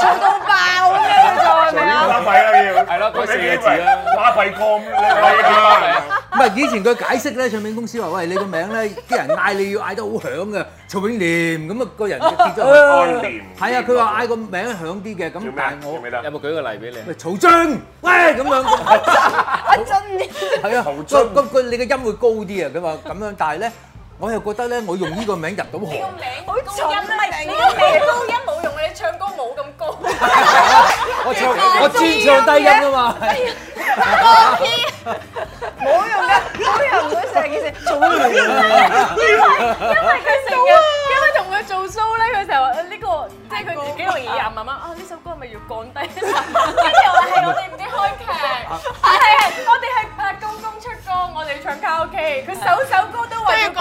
嘈到爆咁樣做係咪啊？
巴閉啦要，
係咯嗰四個字啦
巴閉咁你啊！
唔係以前佢解釋咧，唱片公司話喂你個名咧，啲人嗌你要嗌得好響嘅，曹永廉咁啊，個人就跌咗
安
落去。
廉
係啊，佢話嗌個名響啲嘅，
叫
咁
咩
但？係
叫
我
咩得
有？冇舉個例俾你？
喂曹俊，喂咁樣。係啊，
頭
個
樽
個個你嘅音會高啲啊！佢話咁樣，但係咧，我又覺得咧，我用呢個名入到行，我唱我專唱低音啊嘛，
冇用嘅，冇用嘅成件事，嘈
Ờ, À,
手手都講。
都有格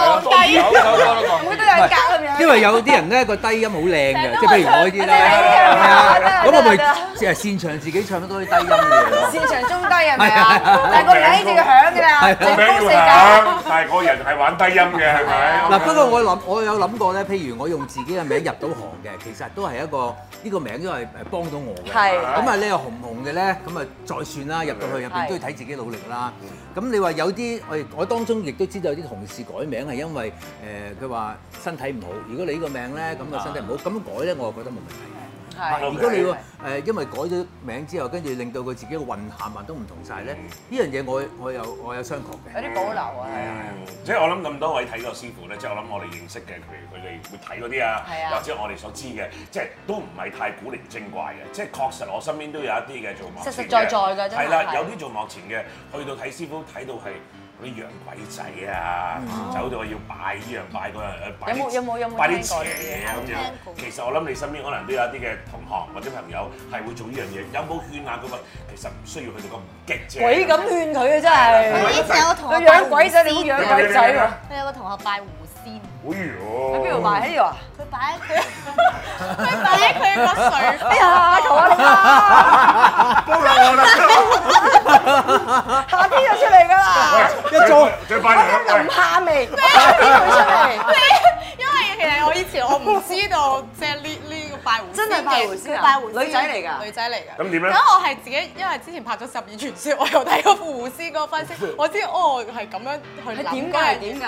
咁樣。
因為有啲人咧個低音好靚嘅，即係譬如我呢啲咧，
係啊係啊
咁我咪
係啊
誒擅長自己唱得多啲低音嘅嘢咯。
市場中低係咪啊？但係個名就要響㗎啦，
個名
高四
要
格。
響，但係個人係玩低音嘅，係咪？
嗱，不過我諗，我有諗過咧，譬如我用自己嘅名入到行嘅，其實都係一個呢個名都係誒幫到我嘅。
係
咁啊，你又紅唔紅嘅咧？咁啊，再算啦。入到去入邊都要睇自己努力啦。咁你話有啲我我當中亦都知道有啲同事改名係因為誒佢話身體唔好。如果你呢個名咧，咁啊身體唔好，咁改咧我就覺得冇問題。啊
係
如果你話誒，因為改咗名之後，跟住令到佢自己嘅運行運都唔同晒咧，呢樣嘢我我有我有商榷嘅
有。啲保留啊。
嗯即係我諗咁多位睇過師傅咧，即係我諗我哋認識嘅，譬如佢哋會睇嗰啲啊
係啊，
或者我哋所知嘅，即係都唔係太古靈精怪嘅。即係確實我身邊都有一啲嘅做幕前嘅
實實在在㗎真係
係啦，
係
有啲做幕前嘅，去到睇師傅睇到係。嗰啲養鬼仔啊，走到要拜呢樣呃拜嗰樣，誒
嗯有冇有冇有冇
拜啲
聽過呢啲
邪嘢
啊
咁
聽過
樣。其實我諗你身邊可能都有一啲嘅同學或者朋友係會做呢樣嘢，有冇勸下佢喂？其實唔需要去到咁激啫。
鬼咁勸佢啊！真
我
係
以前有個同學
佢養鬼仔，你會
拜
養
狐仙
鬼仔啊喎？
佢有個同學拜狐仙，
哎呦！
喺邊度埋喺呢度啊？
佢擺喺佢，佢 擺喺佢個水
哎呀，求下你啦！夏天就出嚟㗎啦，
一做最快
林夏薇，夏天佢出嚟，
因為其實我以前我唔知道即係呢呢個拜狐仙嘅
真係拜狐仙啊
佢拜狐仙
女仔嚟㗎
女仔嚟㗎。
咁點咧
咁我係自己，因為之前拍咗《十二傳說》，我又睇過狐仙嗰個 分析，我知哦係咁樣去
係
諗
點
嗰
㗎？
樣
係點㗎？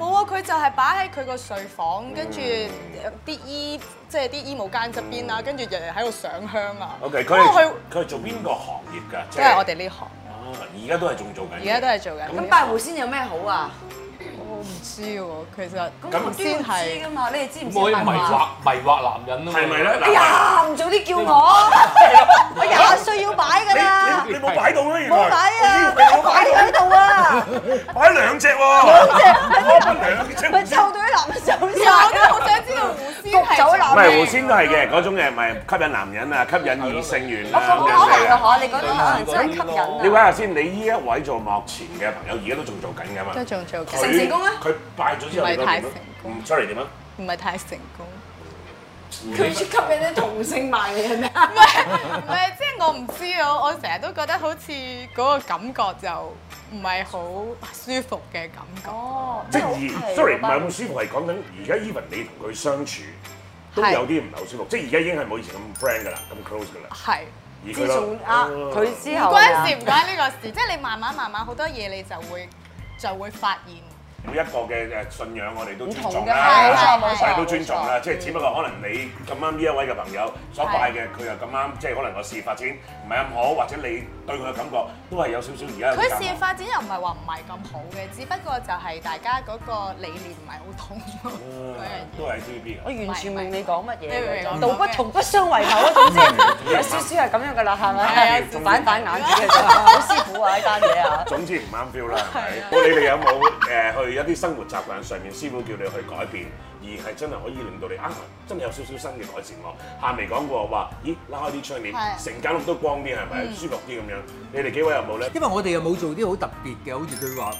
冇啊，佢就係擺喺佢個睡房，跟住
嗯
啲衣即係啲衣帽間側邊啊，跟住日日喺度上香啊。
O K，佢
咁我
係
去
佢係做邊個行業㗎？即
都係我哋呢行，
哦而家都係仲做緊嘅，
而家都係做緊。
咁拜狐仙有咩好啊？
我唔知喎，其實
咁
咁
我都要知㗎嘛，你哋知唔知
唔可以
拜
迷
狐仙
惑迷惑男人啊嘛！
係咪咧？嗱
哎呀，唔早啲叫我，我廿歲要擺㗎啦，
你你你冇擺到咩？原來
冇擺啊，
我
我擺喺度啊，
擺兩隻喎，兩隻，
咪
兩隻。
湊到啲男嘅走
我
曬。
都好想
啊焗
知道狐仙
走
唔
男
係狐仙都係嘅，嗰種嘅咪吸引男人啊，吸引異性緣
我
啊
覺
咁
得
樣
可
嚟嘅。
能啊，嗬，你覺得可能真係吸引啊
你。睇下先，你呢一位做幕前嘅朋友，而家都仲做緊㗎嘛？
都仲做
佢
緊，
成唔成功啊
佢拜咗之後，
唔係
你覺得
太
點啊
成功
嗯，sorry Ừ, 點啊？
唔係太成功。
佢吸引啲同性埋嚟係咪啊？
唔係唔係，即係我唔知啊！我成日都覺得好似嗰個感覺就唔係好舒服嘅感覺。
哦，
即係而 sorry 唔係咁舒服，係講緊而家 even 你同佢相處都
係
有啲唔係好舒服，即係而家已經係冇以前咁 friend 㗎啦，咁 close 㗎啦。
係。
而佢
自
咯
從啊佢之
唔
後啊，
關事，唔關呢個事，即係你慢慢慢慢好多嘢你就會就會發現。
每一個嘅誒信仰，我哋都
唔
尊
同
重
嘅，
啦
冇
係
錯，冇
我哋
錯，
都尊重啦。即係只不過可能你咁啱呢一位嘅朋友所拜嘅，佢又咁啱，即係可能個事業發展唔係咁好，或者你對佢嘅感覺都係有少少而家
佢
嘅
事
感
業
覺。
發展又唔係話唔係咁好嘅，只不過就係大家嗰個理念唔係好通咯嗰樣
嗯都
嘢。
係 TVB
我完全明你講乜嘢
你明
嘅，
我
道
講
不
咩
同不相為謀啊！總之有少少係咁樣噶啦，係咪
係啊？少少
反反眼嘅啫，好師傅啊！呢單嘢啊！
總之唔啱 feel 啦，係咪？咁你哋有冇誒去一啲生活習慣上面，師傅叫你去改變，而係真係可以令到你啊，真係有少少新嘅改善喎。夏薇講過話，咦，拉開啲窗簾，
係
成間屋都光啲，係咪舒服啲咁樣？你哋幾位有冇 咧？
因為我哋又冇做啲好特別嘅，好似佢話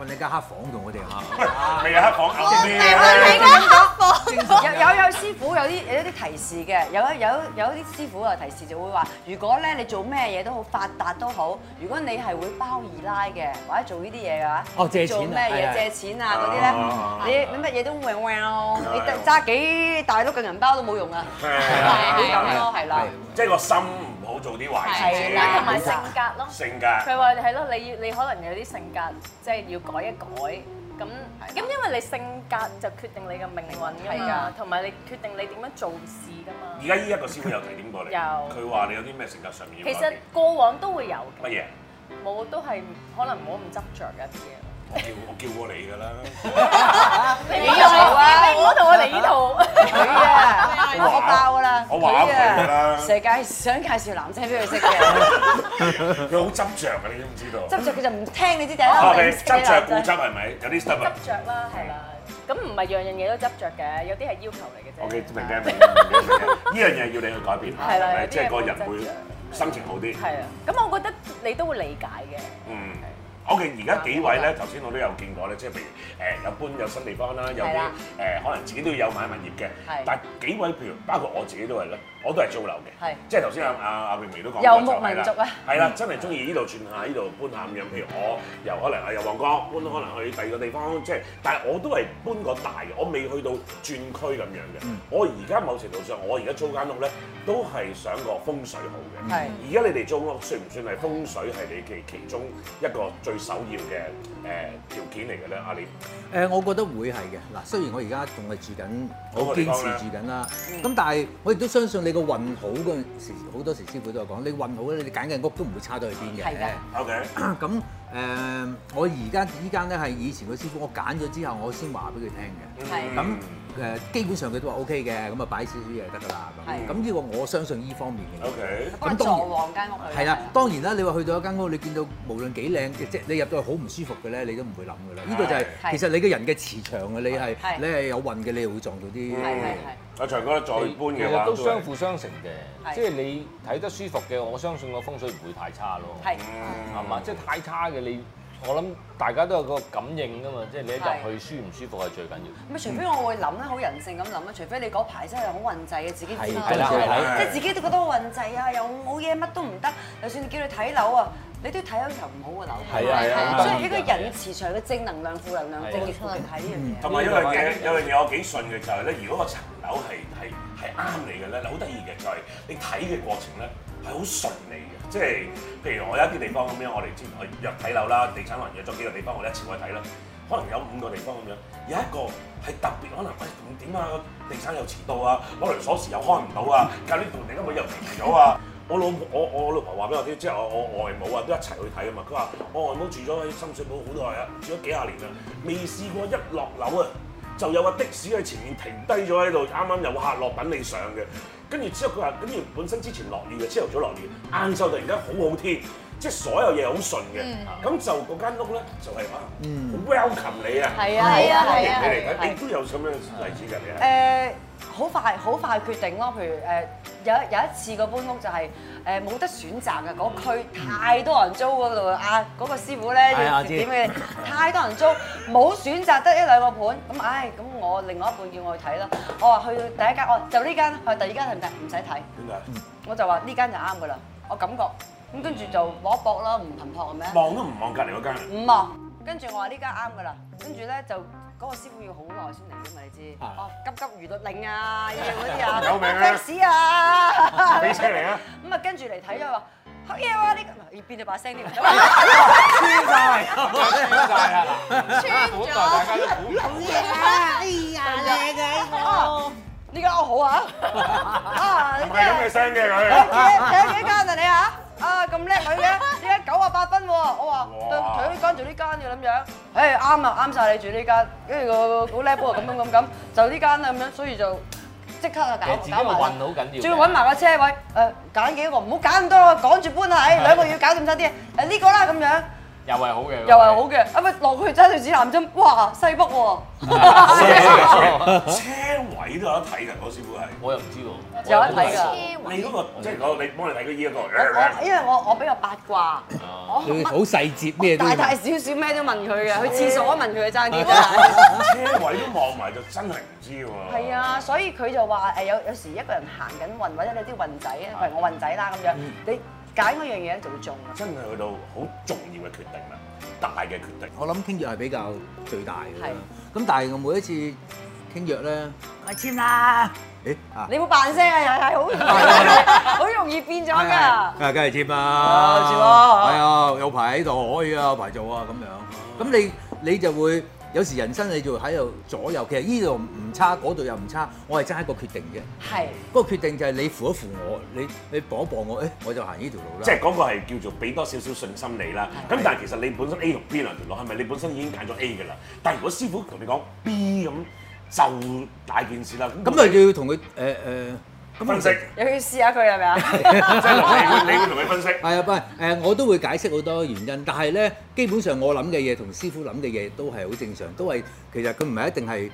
揾你間黑房度，我哋嚇。
未有黑房
我
啱
明
啲
啊，你
嘅。
間黑房。
有有有師傅有啲有啲提示嘅，有有有啲師傅啊提示就會話，如果咧你做咩嘢都好發達都好，如果你係會包二奶嘅，或者做呢啲嘢嘅話，
哦借錢啊
做咩
係係
嘢借錢啊
哦
嗰啲咧，你你乜嘢都永永，你得揸幾大碌嘅銀包都冇用啊，
係啊
係
係啊
會咁咯，係啦，
即係個心唔好做啲壞事
係啦
啊同埋性格咯。
性格。
佢話係咯，你要你可能有啲性格，即係要改一改。咁咁因為你性格就決定你嘅命運㗎嘛，同埋你決定你點樣做事㗎嘛
而。家依一個師傅有提點過你，
有
佢話你有啲咩性格上面
其
要改
實
變
過往都會有
乜
嘅，
嘢？
冇都係可能冇咁執着嘅啲嘢。
我叫我叫過你㗎啦，
你
又好啊
唔好同我嚟呢套。
佢啊，
我話
我爆啦，
我話
佢
佢啦
啊，成介想介紹男仔俾佢識嘅，
佢好執着㗎，你知唔知道？
執着佢就唔聽你知第一
啊，
粒
你
唔識嘅
執着固
男
執
仔。
係咪？有啲 stubborn
執。着啦，係啦。咁唔係樣樣嘢都執着嘅，有啲係要求嚟嘅啫。
OK，明嘅，明嘅，明嘅。呢樣嘢要你去改變，
係啦
係咪？
有啲嘢
即係個人會
冇得
心情好啲。
係啊，咁我覺得你都會理解嘅。
嗯。OK，而家幾位咧？頭先我都有見過咧，即係譬如誒有搬有新地方啦，有
係
啲
啦
誒可能自己都有買物業嘅
係。
但係幾位譬如包括我自己都係咧，我都係租樓嘅
係。
即係頭先阿阿阿榮薇都講過
遊
就
牧
係
民
啦
族啊。
係啦，真係中意呢度轉下，呢度搬下咁樣。譬如我由可能啊由旺角搬，可能去第二個地方，即係但係我都係搬過大嘅，我未去到轉區咁樣嘅。
嗯
我而家某程度上，我而家租間屋咧，都係想個風水好嘅。
係
而家你哋租屋算唔算係風水係你其其中一個最首要嘅誒條件嚟嘅咧？阿你
誒，我覺得會係嘅。嗱，雖然我而家仲係住緊，我堅持住緊啦。
嗯
咁但係我亦都相信你個運好嗰陣時，好多時師傅都有講，你運好咧，你揀嘅屋都唔會差到去邊嘅。
係㗎
OK
咁誒、我而家依間咧係以前個師傅，我揀咗之後，我先話俾佢聽嘅。
係
咁
嗯
誒、基本上佢都話 O K 嘅，咁啊擺少少嘢就得㗎啦。
係
咁咁呢個我相信呢方面嘅。
OK
幫佢
咁當然
撞旺間屋佢。
係啦，當然啦，你話去到一間屋，你見到無論幾靚，即係你入到去好唔舒服嘅咧，你都唔會諗㗎啦。呢個就係
係
其實你個人嘅磁場啊，你係
係
你係有運嘅，你會撞到 啲。
係係係。
嗯阿長哥再搬
其
嘅話
實都相輔相成嘅，
係
即係你睇得舒服嘅，我相信個風水唔會太差咯。
嗯
係嗯
係嘛？即係太差嘅你，我諗大家都有個感應㗎嘛，即係你一入去舒唔舒服係最緊要。
咪啊除非我會諗咧，好人性咁諗啊啦。除非你嗰排真係好運滯嘅，自己知道
係啦係
啦
即係自己都覺得好運滯啊，又冇嘢，乜都唔得。就算你叫你睇樓啊，你都要睇一層唔好嘅樓。
係啊係啊
所以呢個人磁場嘅正能量、負能
啊
量、正極負極係呢樣嘢。
同埋有樣嘢，有樣嘢我幾信嘅就係咧，如果個層樓係係係啱你嘅咧，好得意嘅就係你睇嘅過程咧係好順利嘅，即係譬如我有一啲地方咁樣，我哋之前去約睇樓啦，地產可能約咗幾個地方，我哋一次過去睇啦，可能有五個地方咁樣，有一個係特別可能喂咁點啊，地產又遲到啊，攞嚟鎖匙又開唔到啊，隔呢同你今日又停咗啊。我老婆我我老婆話俾我聽，即係我我外母啊都一齊去睇啊嘛。佢話我外母住咗喺深水埗好耐啊，住咗幾廿年啦，未試過一落樓啊就有個的士喺前面停低咗喺度，啱啱有客落品你上嘅。跟住之後佢話，跟住本身之前落雨嘅，朝頭早落雨，晏晝突然間好好天，即係所有嘢好順嘅。
嗯
咁、就嗰間屋咧就係、啊，好 welcome 你啊，
係啊係
歡
啊係啊
迎你嚟睇，
係
你都有咁樣嘅例子㗎，你係。
誒好快好快決定咯，譬如誒有有一次個搬屋就係誒冇得選擇嘅嗰區太多人租嗰度啊，嗰個師傅咧
係啊
要
我知
點嘅太多人租，冇選擇得一兩個盤，咁唉咁我另外一半叫我去睇啦，我話去到第一間哦就呢間啦，佢話第二間睇唔睇唔使睇，
點解？
我就話呢間就啱噶啦，我感覺咁跟住就搏一搏啦，唔頻撲係咪啊？
望都唔望隔離嗰間啊。
五啊，跟住我話呢家啱噶啦，跟住咧就嗰個師傅要好耐先嚟噶嘛，你知，
啊
哦急急如律令啊，要嗰啲 啊，
有命啊
fans 啊，
俾車嚟啊！
咁啊跟住嚟睇咗話黑嘢喎呢個，而變到把聲添，
穿晒
穿晒啦，
穿
本來
咗
大家都估唔到
啊呢間屋好 啊，啊
唔
你真
係咁嘅
係
聲嘅
你
佢。
你 幾間啊你啊？啊咁叻女嘅，點解九啊八分喎？我話
哇
對佢呢間做呢間嘅咁樣，誒啱啊啱晒你住呢間，跟住個好叻波啊咁樣咁咁，就呢間啦咁樣，所以就即刻就
其
搞
實自己個
搞
啊
埋啦
運好緊要嘅。
仲要揾埋個車位，啊誒揀幾個，唔好揀咁多，趕住搬啦，誒兩個月搞掂晒啲嘢，誒呢個啦咁樣，
又係好嘅，
又係好嘅，啊咪落去揸對指南針，哇西北喎，
車位都有得睇㗎，我師傅係。
我又唔知喎，
有得睇㗎。
你嗰個即係我你幫你睇個依一個，
我因為我我比較八卦，
啊
佢 好細節，咩都
大
要
大
問。
小小咩都問佢嘅，去廁所問佢爭啲。
車位都望埋就真係唔知喎。
係啊，所以佢就話誒有有時一個人行緊運，或者你啲運仔啊，譬如我運仔啦咁樣，你揀嗰樣嘢啊就會中啦。
真係去到好重要嘅決定啦，大嘅決定。
我諗傾約係比較最大嘅啦。
係
咁但係我每一次傾約咧，我簽啦。誒啊！
你冇扮聲啊，又係好容易， 好容易變咗
係
㗎。
係梗係簽
啊
啦，
簽啦
係啊，有排喺度可以啊，有排做啊咁樣。咁你你就會有時人生你就會喺度左右，其實呢度唔差，嗰度又唔差，我係爭一個決定嘅。
係
嗰個決定就係你扶一扶我，你你磅一磅我，誒我就行呢條路啦。
即係嗰個係叫做俾多少少信心你啦。咁但係其實你本身 A 同 B 兩條路，係咪你本身已經揀咗 A 㗎啦？但係如果師傅同你講 B 咁，就大件事啦。
咁咪就要同佢誒誒，呃咁
分 析，
又要試下佢係咪啊？
即係你會你會同佢分析。
係啊，唔係誒，我都會解釋好多原因，但係咧，基本上我諗嘅嘢同師傅諗嘅嘢都係好正常，都係其實佢唔係一定係誒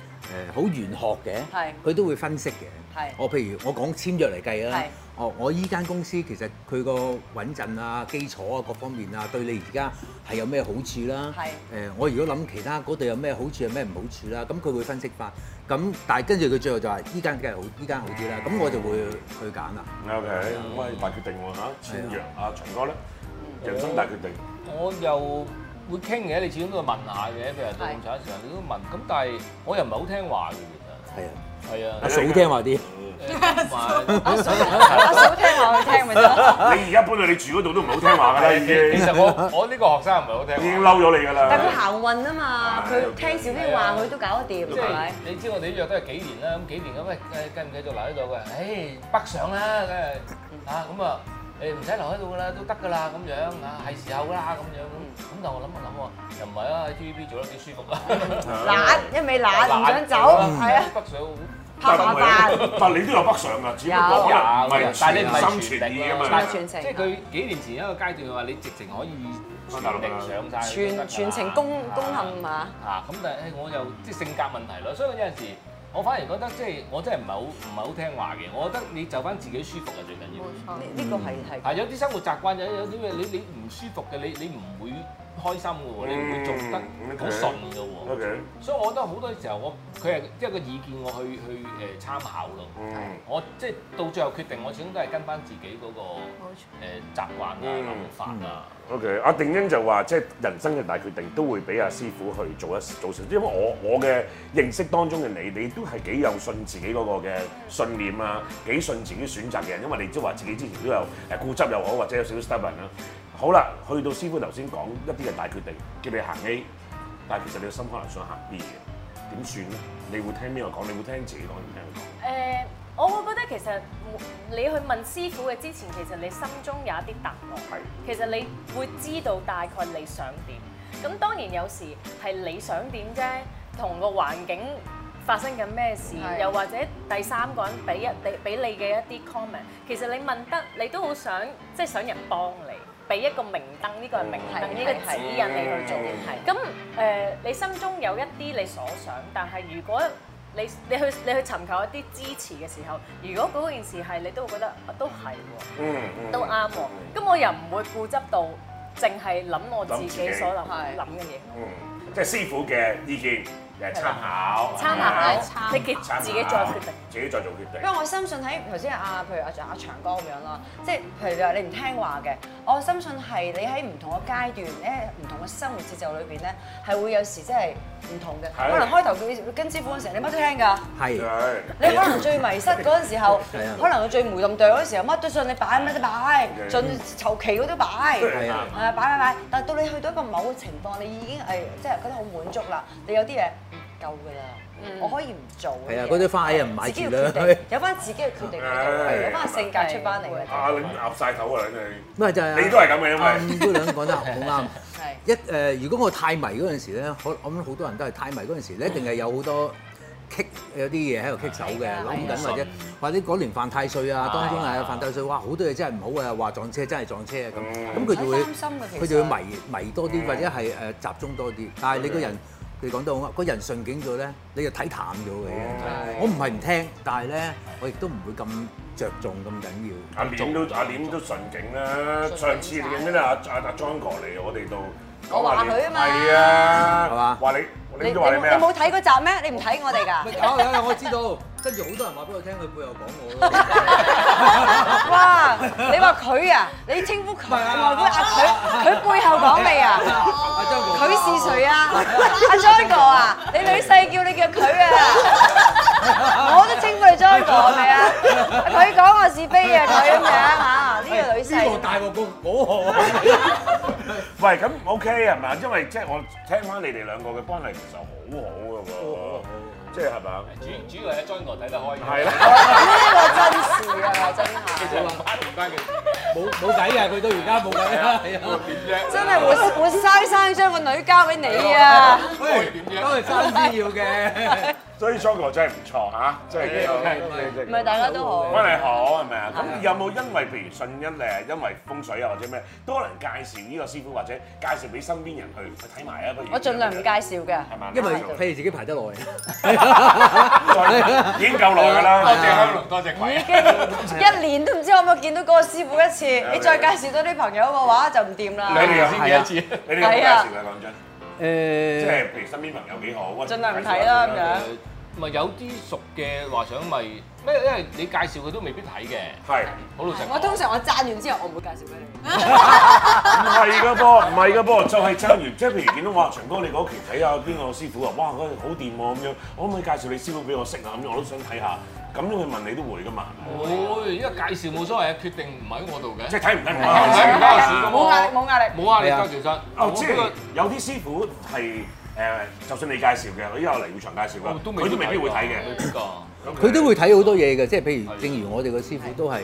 好玄學嘅，
係
佢都會分析嘅。
係
我譬如我講簽約嚟計啦
係，
哦，我依間公司其實佢個穩陣啊、基礎啊各方面啊，對你而家係有咩好處啦？
係
誒，我如果諗其他嗰度有咩好處，有咩唔好處啦，咁佢會分析法。咁但係跟住佢最後就話依間梗係好，依間好啲啦。咁我就會去揀啦。
OK，咁啊大決定喎嚇，簽約啊，長哥咧，人生大決定。
我又會傾嘅，你始終都會問下嘅，譬如到咁長時間你都問，咁但係我又唔係好聽話嘅，
係啊，
其實係啊
阿。嫂聽話啲。
誒同埋
阿嫂阿嫂聽話佢聽咪得咯。
你而家搬去你住嗰度都唔好聽話㗎啦，已經
其實我我呢個學生唔係好聽
已經嬲
話，
咗你㗎啦。
但佢行運啊嘛，佢聽少啲話佢都搞得掂
即
係
係
咪？
你知我哋約都係幾年啦，咁幾年咁喂誒繼唔繼續留喺度嘅？誒北上啦，梗係嚇咁啊誒唔使留喺度㗎啦，都得㗎啦咁樣啊，係時候啦咁樣咁咁，但我諗一諗喎，又唔係啊喺 TVB 做得幾舒服啊，
Dạ,
懶一味懶，唔想走，係啊，
北上好。
拍下飯。
啊但你都有北上㗎，只不過可能唔係全心全意啊嘛。
係全程
即係佢幾年前一個階段話你直情可以全力上晒去都得㗎啦
全全程攻攻陷啊！
啊咁，但係我又即係性格問題咯，所以有陣時我反而覺得即係我真係唔係好唔係好聽話嘅，我覺得你就翻自己舒服係最緊要。
呢呢個係係
係有啲生活習慣，有有啲嘢你你唔舒服嘅，你你唔會開心嘅喎，你唔會做得好順嘅喎。
OK，
所以我覺得好多時候我佢係即係個意見，我去去誒參考咯。
嗯，
我即係到最後決定，我始終都係跟翻自己嗰個誒習慣啊、
嗯
諗法啊。
OK，阿定英就話即係人生嘅大決定都會俾阿師傅去做一做少，因為我我嘅認識當中嘅你，你都係幾有信自己嗰個嘅信念啊，幾信自己選擇嘅人，因為你都話自己之前都有誒固執又好，或者有少少 stubborn 啦。好啦，去到師傅頭先講一啲嘅大決定，叫你行 A，但係其實你個心可能想行 B 嘅，點算咧？你會聽邊個講？你會聽自己講定聽佢講？
誒、我會覺得其實你去問師傅嘅之前，其實你心中有一啲答案。
係
其實你會知道大概你想點。咁當然有時係你想點啫，同個環境發生緊咩事，
係
又或者第三個人俾一俾俾你嘅一啲 comment，其實你問得你都好想即係想人幫你，俾一個明燈，呢、個係明燈，
係
呢個指引你去做。
嗯
咁誒、你心中有一啲你所想，但係如果你你去你去尋求一啲支持嘅時候，如果嗰件事係你都會覺得啊都係喎，
嗯，嗯
都啱喎，咁我又唔會固執到淨係諗我自己所諗
係
諗嘅嘢，
嗯，即係師傅嘅意見誒參考，
參
係
考
參考
你嘅自己再決 定。，
自己再做決定
不。過我深信喺頭先阿譬如阿阿長哥咁樣啦，即係譬如話你唔聽話嘅，我深信係你喺唔同嘅階段咧，唔同嘅生活節奏裏邊咧，係會有時真係唔同嘅。
係
可能開頭佢跟師傅嗰陣時，你乜都聽㗎。
係。
係
你可能最迷失嗰陣時候
係啊，
可能佢最梅冧隊嗰陣時候，乜都信你擺，乜都擺，
嗯
盡籌期嗰都擺，
係
係
啊
啊擺擺擺。但係到你去到一個某嘅情況，你已經係即係覺得好滿足啦，你有啲嘢唔夠㗎啦，我可以唔做嘅嘢。
係啊嗰啲花藝啊唔買
自己嘅
住啦
決定，有翻自己嘅決定喺度，
係
有翻性格出翻嚟嘅。
啊，你鴨晒頭啊你！
咁啊就係
你都係咁嘅因為
阿五姑娘講得好啱。
係
一誒、如果我太迷嗰陣時咧，可我諗好多人都係太迷嗰陣時咧，一定係有好多棘有啲嘢喺度棘手嘅，
係啊
諗緊
係啊
或者或者嗰年犯太歲啊，
係
當中係
啊
犯太歲，哇好多嘢真係唔好啊，話撞車真係撞車啊咁，咁佢就
唔
會
使擔心嘅其實
佢就會迷迷多啲，或者係誒集中多啲。但係你個人佢講得好啱，個人順境咗咧，你就睇淡咗嘅。我唔係唔聽，但係咧我亦都唔會咁着重咁緊要。
阿廉都阿廉都順景啦，上次你記唔記得阿阿阿 John 哥嚟我哋度講
我話
你
佢啊嘛
係啊，
係嘛
話你
你
你
你
都話
冇
你咩啊
你？冇睇嗰集咩？你唔睇我哋㗎？
有有有，我知道。跟住好多人話俾我聽，佢背後講我。
哇！你話佢啊？你稱呼佢外官啊？佢佢背後講你啊？
阿張哥，
佢是誰啊？阿 John 哥啊？你女婿叫你叫佢啊？我都稱呼你 John 哥係咪啊？佢講我是非啊，佢咁樣嚇，呢個女
呢個
婿。
大鑊過嗰個。
喂，咁 OK 係咪啊？因為即係我聽翻你哋兩個嘅關係其實好好嘅喎，即係係咪啊？
主主要係 John 哥睇得開嘅，
係啦，
呢個真事啊，真係。
就唔關唔關佢事
冇冇計嘅，佢到而家冇計啦，係啊。
點啫？
真係活活生生將個女交俾你啊！
喂，都係生先要嘅。
所以 John 哥真係唔錯嚇，即係幾好
唔係大家都好。
關係好係咪啊？咁有冇因為譬如信一誒，因為風水啊或者咩，都可能介紹呢個師傅或者介紹俾身邊人去去睇埋啊？不如
我盡量唔介紹嘅。
係嘛？
因為譬如自己排得耐。
已經夠耐㗎 啦，
多謝香龍，多謝鬼
已。經一年都唔知可唔可以見到嗰個師傅一次，你再介紹多啲朋友嘅話就唔掂
你
啦。
哋有
先見一次。
你哋有冇介紹㗎？講真，即
誒，
係譬如身邊朋友幾好，或者
盡量唔睇啦咁
介紹
樣
下。
誒咪有啲熟嘅話想咪咩？因為你介紹佢都未必睇嘅，
係，
好老實講。
我通常我讚完之後，我唔會介紹俾你。
唔係㗎噃，唔係㗎噃，就係爭完。即係譬如見到哇，長哥你嗰期睇下邊個師傅啊，哇，嗰個好掂喎咁樣，可唔可以介紹你師傅俾我識啊？咁樣我都想睇下。咁樣佢問你都會㗎嘛，
會，因為介紹冇所謂嘅，決定唔喺我度嘅
即。係睇唔睇唔
係
關
睇
事
唔關事
啦
㗎。
冇壓力，冇壓力。
冇啊，你
係啊
得其實。
哦，即
我
係
覺得
有啲師傅係誒，就算你介紹嘅，佢以後嚟會場介紹
我
嘅，
都
哦佢都未必會睇
未
嘅。
必㗎。
佢都會睇好多嘢嘅，即係譬如正如我哋個師傅都係，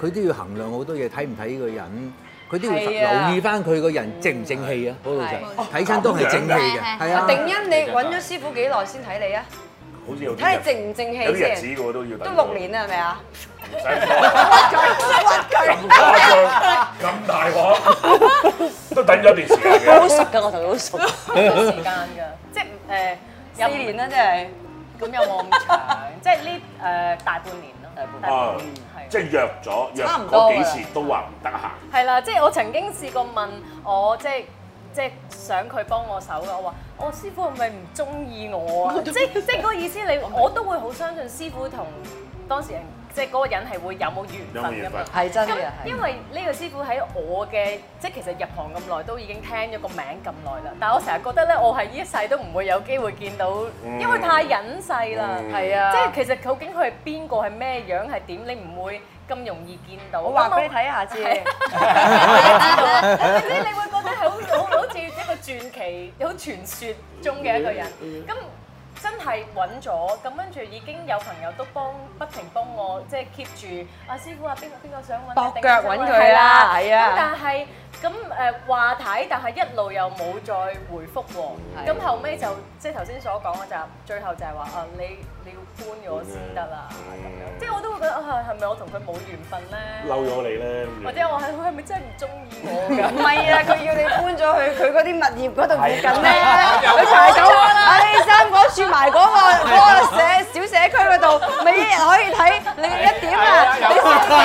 佢都要衡量好多嘢，睇唔睇呢個人。佢都要
係啊
留意翻佢個人正唔正氣啊，好老實
係，
睇親都係正氣嘅，係啊。
定欣，你揾咗師傅幾耐先睇你啊？
好似有
睇
啲
你
日
正唔正
有啲
氣
日
先。
子我都要
都
等。
六年啦，係咪啊？
唔使 咁誇張，咁大鑊， 都等咗一段時間 嘅。
好熟㗎，我同佢好熟，
好時間㗎，即係誒
四年啦，真係。
咁有冇咁長？即係呢誒大半年咯，大
啊
半年係，
即係約咗約
差唔多
嗰
㗎
幾
啦
次都話唔得閒，
係啦，即係我曾經試過問我即係。即係想佢幫我手嘅，我話我師傅係咪唔中意我啊？即即係嗰個意思你，我都會好相信師傅同當事人，即係嗰個人係會有冇緣
有
分
冇緣
㗎嘛
分？
係真
咁
嘅，
因為呢個師傅喺我嘅，即係其實入行咁耐都已經聽咗個名咁耐啦，但係我成日覺得咧，我係呢一世都唔會有機會見到，
嗯
因為太隱世啦。
嗯
係啊。
即
即
係
係
其實究竟佢係邊個，係咩樣，係點，你唔會咁容易見到。
我話俾你
咁
睇下先。
我，即係你會覺得係好好好似一個傳奇、好傳說中嘅一個人。咁真係揾咗，咁跟住已經有朋友都幫不停幫我，即係 keep 住啊師傅啊，邊個邊個想揾
搏腳揾佢啦係啊
咁但係咁誒話睇，但係一路又冇再回覆
係
喎。咁後尾就即係頭先所講嘅就係最後就係話啊，你你要搬咗先得啦。
嗯
即係我都會覺得啊，係咪我同佢冇緣分咧？
嬲咗你咧，
或者我係佢係咪真係唔中意 我㗎？
唔係啊，佢要你搬咗去佢嗰啲物業嗰度附近咧， 佢排到 啊你三個住埋嗰個嗰個社小社區嗰度，咪一日可以睇你一點啊， 你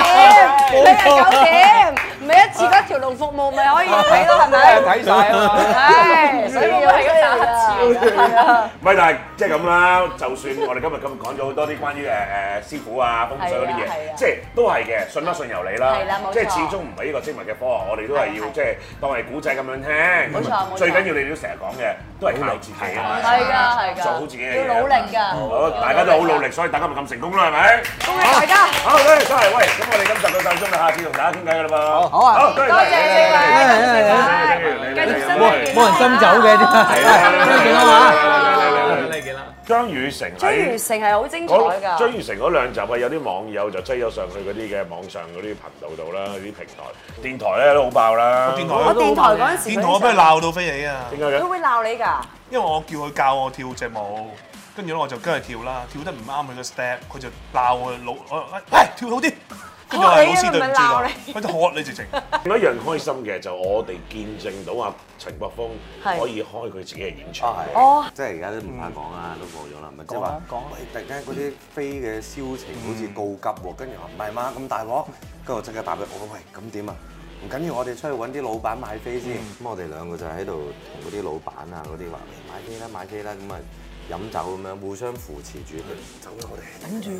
四點，你係九點，咪一次嗰條龍服務咪可以睇咯，係 咪？
睇晒啊嘛。
唉，所以我係咁打乞嗤㗎，係啊。
唔係，但係即係咁啦。就算我哋今日咁講咗好多啲關於誒誒師傅啊、風水嗰啲
係啊係
嘢，
啊
即係都係嘅，信不信由你啦
係啦冇錯。
即係始終唔係呢個精密嘅科學，我哋都係
係
要
係
即係當係古仔咁樣聽。
冇錯冇錯
最緊要你哋都成日講嘅，都係靠自己啊嘛。
係㗎係㗎
做好自己嘅嘢。
要努力㗎
好，大家都好努力，所以大家咪咁成功啦，係咪？
恭喜大家！
好，多謝晒。喂，咁我哋今集就夠鐘啦，下次同大家傾偈㗎啦噃。
好啊
好，多謝
多謝四位，多謝四位，繼
啊
續生活健康
冇人心走嘅，
係啊
真係幾好啊！
你見啦。
張雨成
追
喺
完。成係好精彩
嗰
㗎。
張宇成嗰兩集啊，有啲網友就追咗上去嗰啲嘅網上嗰啲頻道度啦，嗰啲平台、電台咧都好爆啦。
電
我
台
啊電台嗰陣時，
電台我俾佢鬧到飛起啊！
點解嘅
佢？會鬧你㗎。
因為我叫佢教我跳隻舞，咁跟住咧我就跟佢跳啦，跳得唔啱佢個 step，佢就鬧我老我喂跳好啲，跟住我
學
話老
你啊
師對
咪
唔住
鬧
啦
你，
佢就喝你直情。
另一樣開心嘅就我哋見證到阿陳國峰
係
可以開佢自己嘅演唱
啊
會。
哦
係，即係而家都唔怕講啊啦，都冇咗啦，咪即係話，喂，突然間嗰啲飛嘅銷情好似告急喎，跟住話唔係嘛，咁大鑊，跟住我即刻答佢，我話喂，咁點啊？唔緊要，我哋出去揾啲老闆買飛先。咁我哋兩個就喺度同嗰啲老闆啊嗰啲話，喂買飛啦，買飛啦，咁啊飲酒咁樣互相扶持住佢，走啦，我哋等住，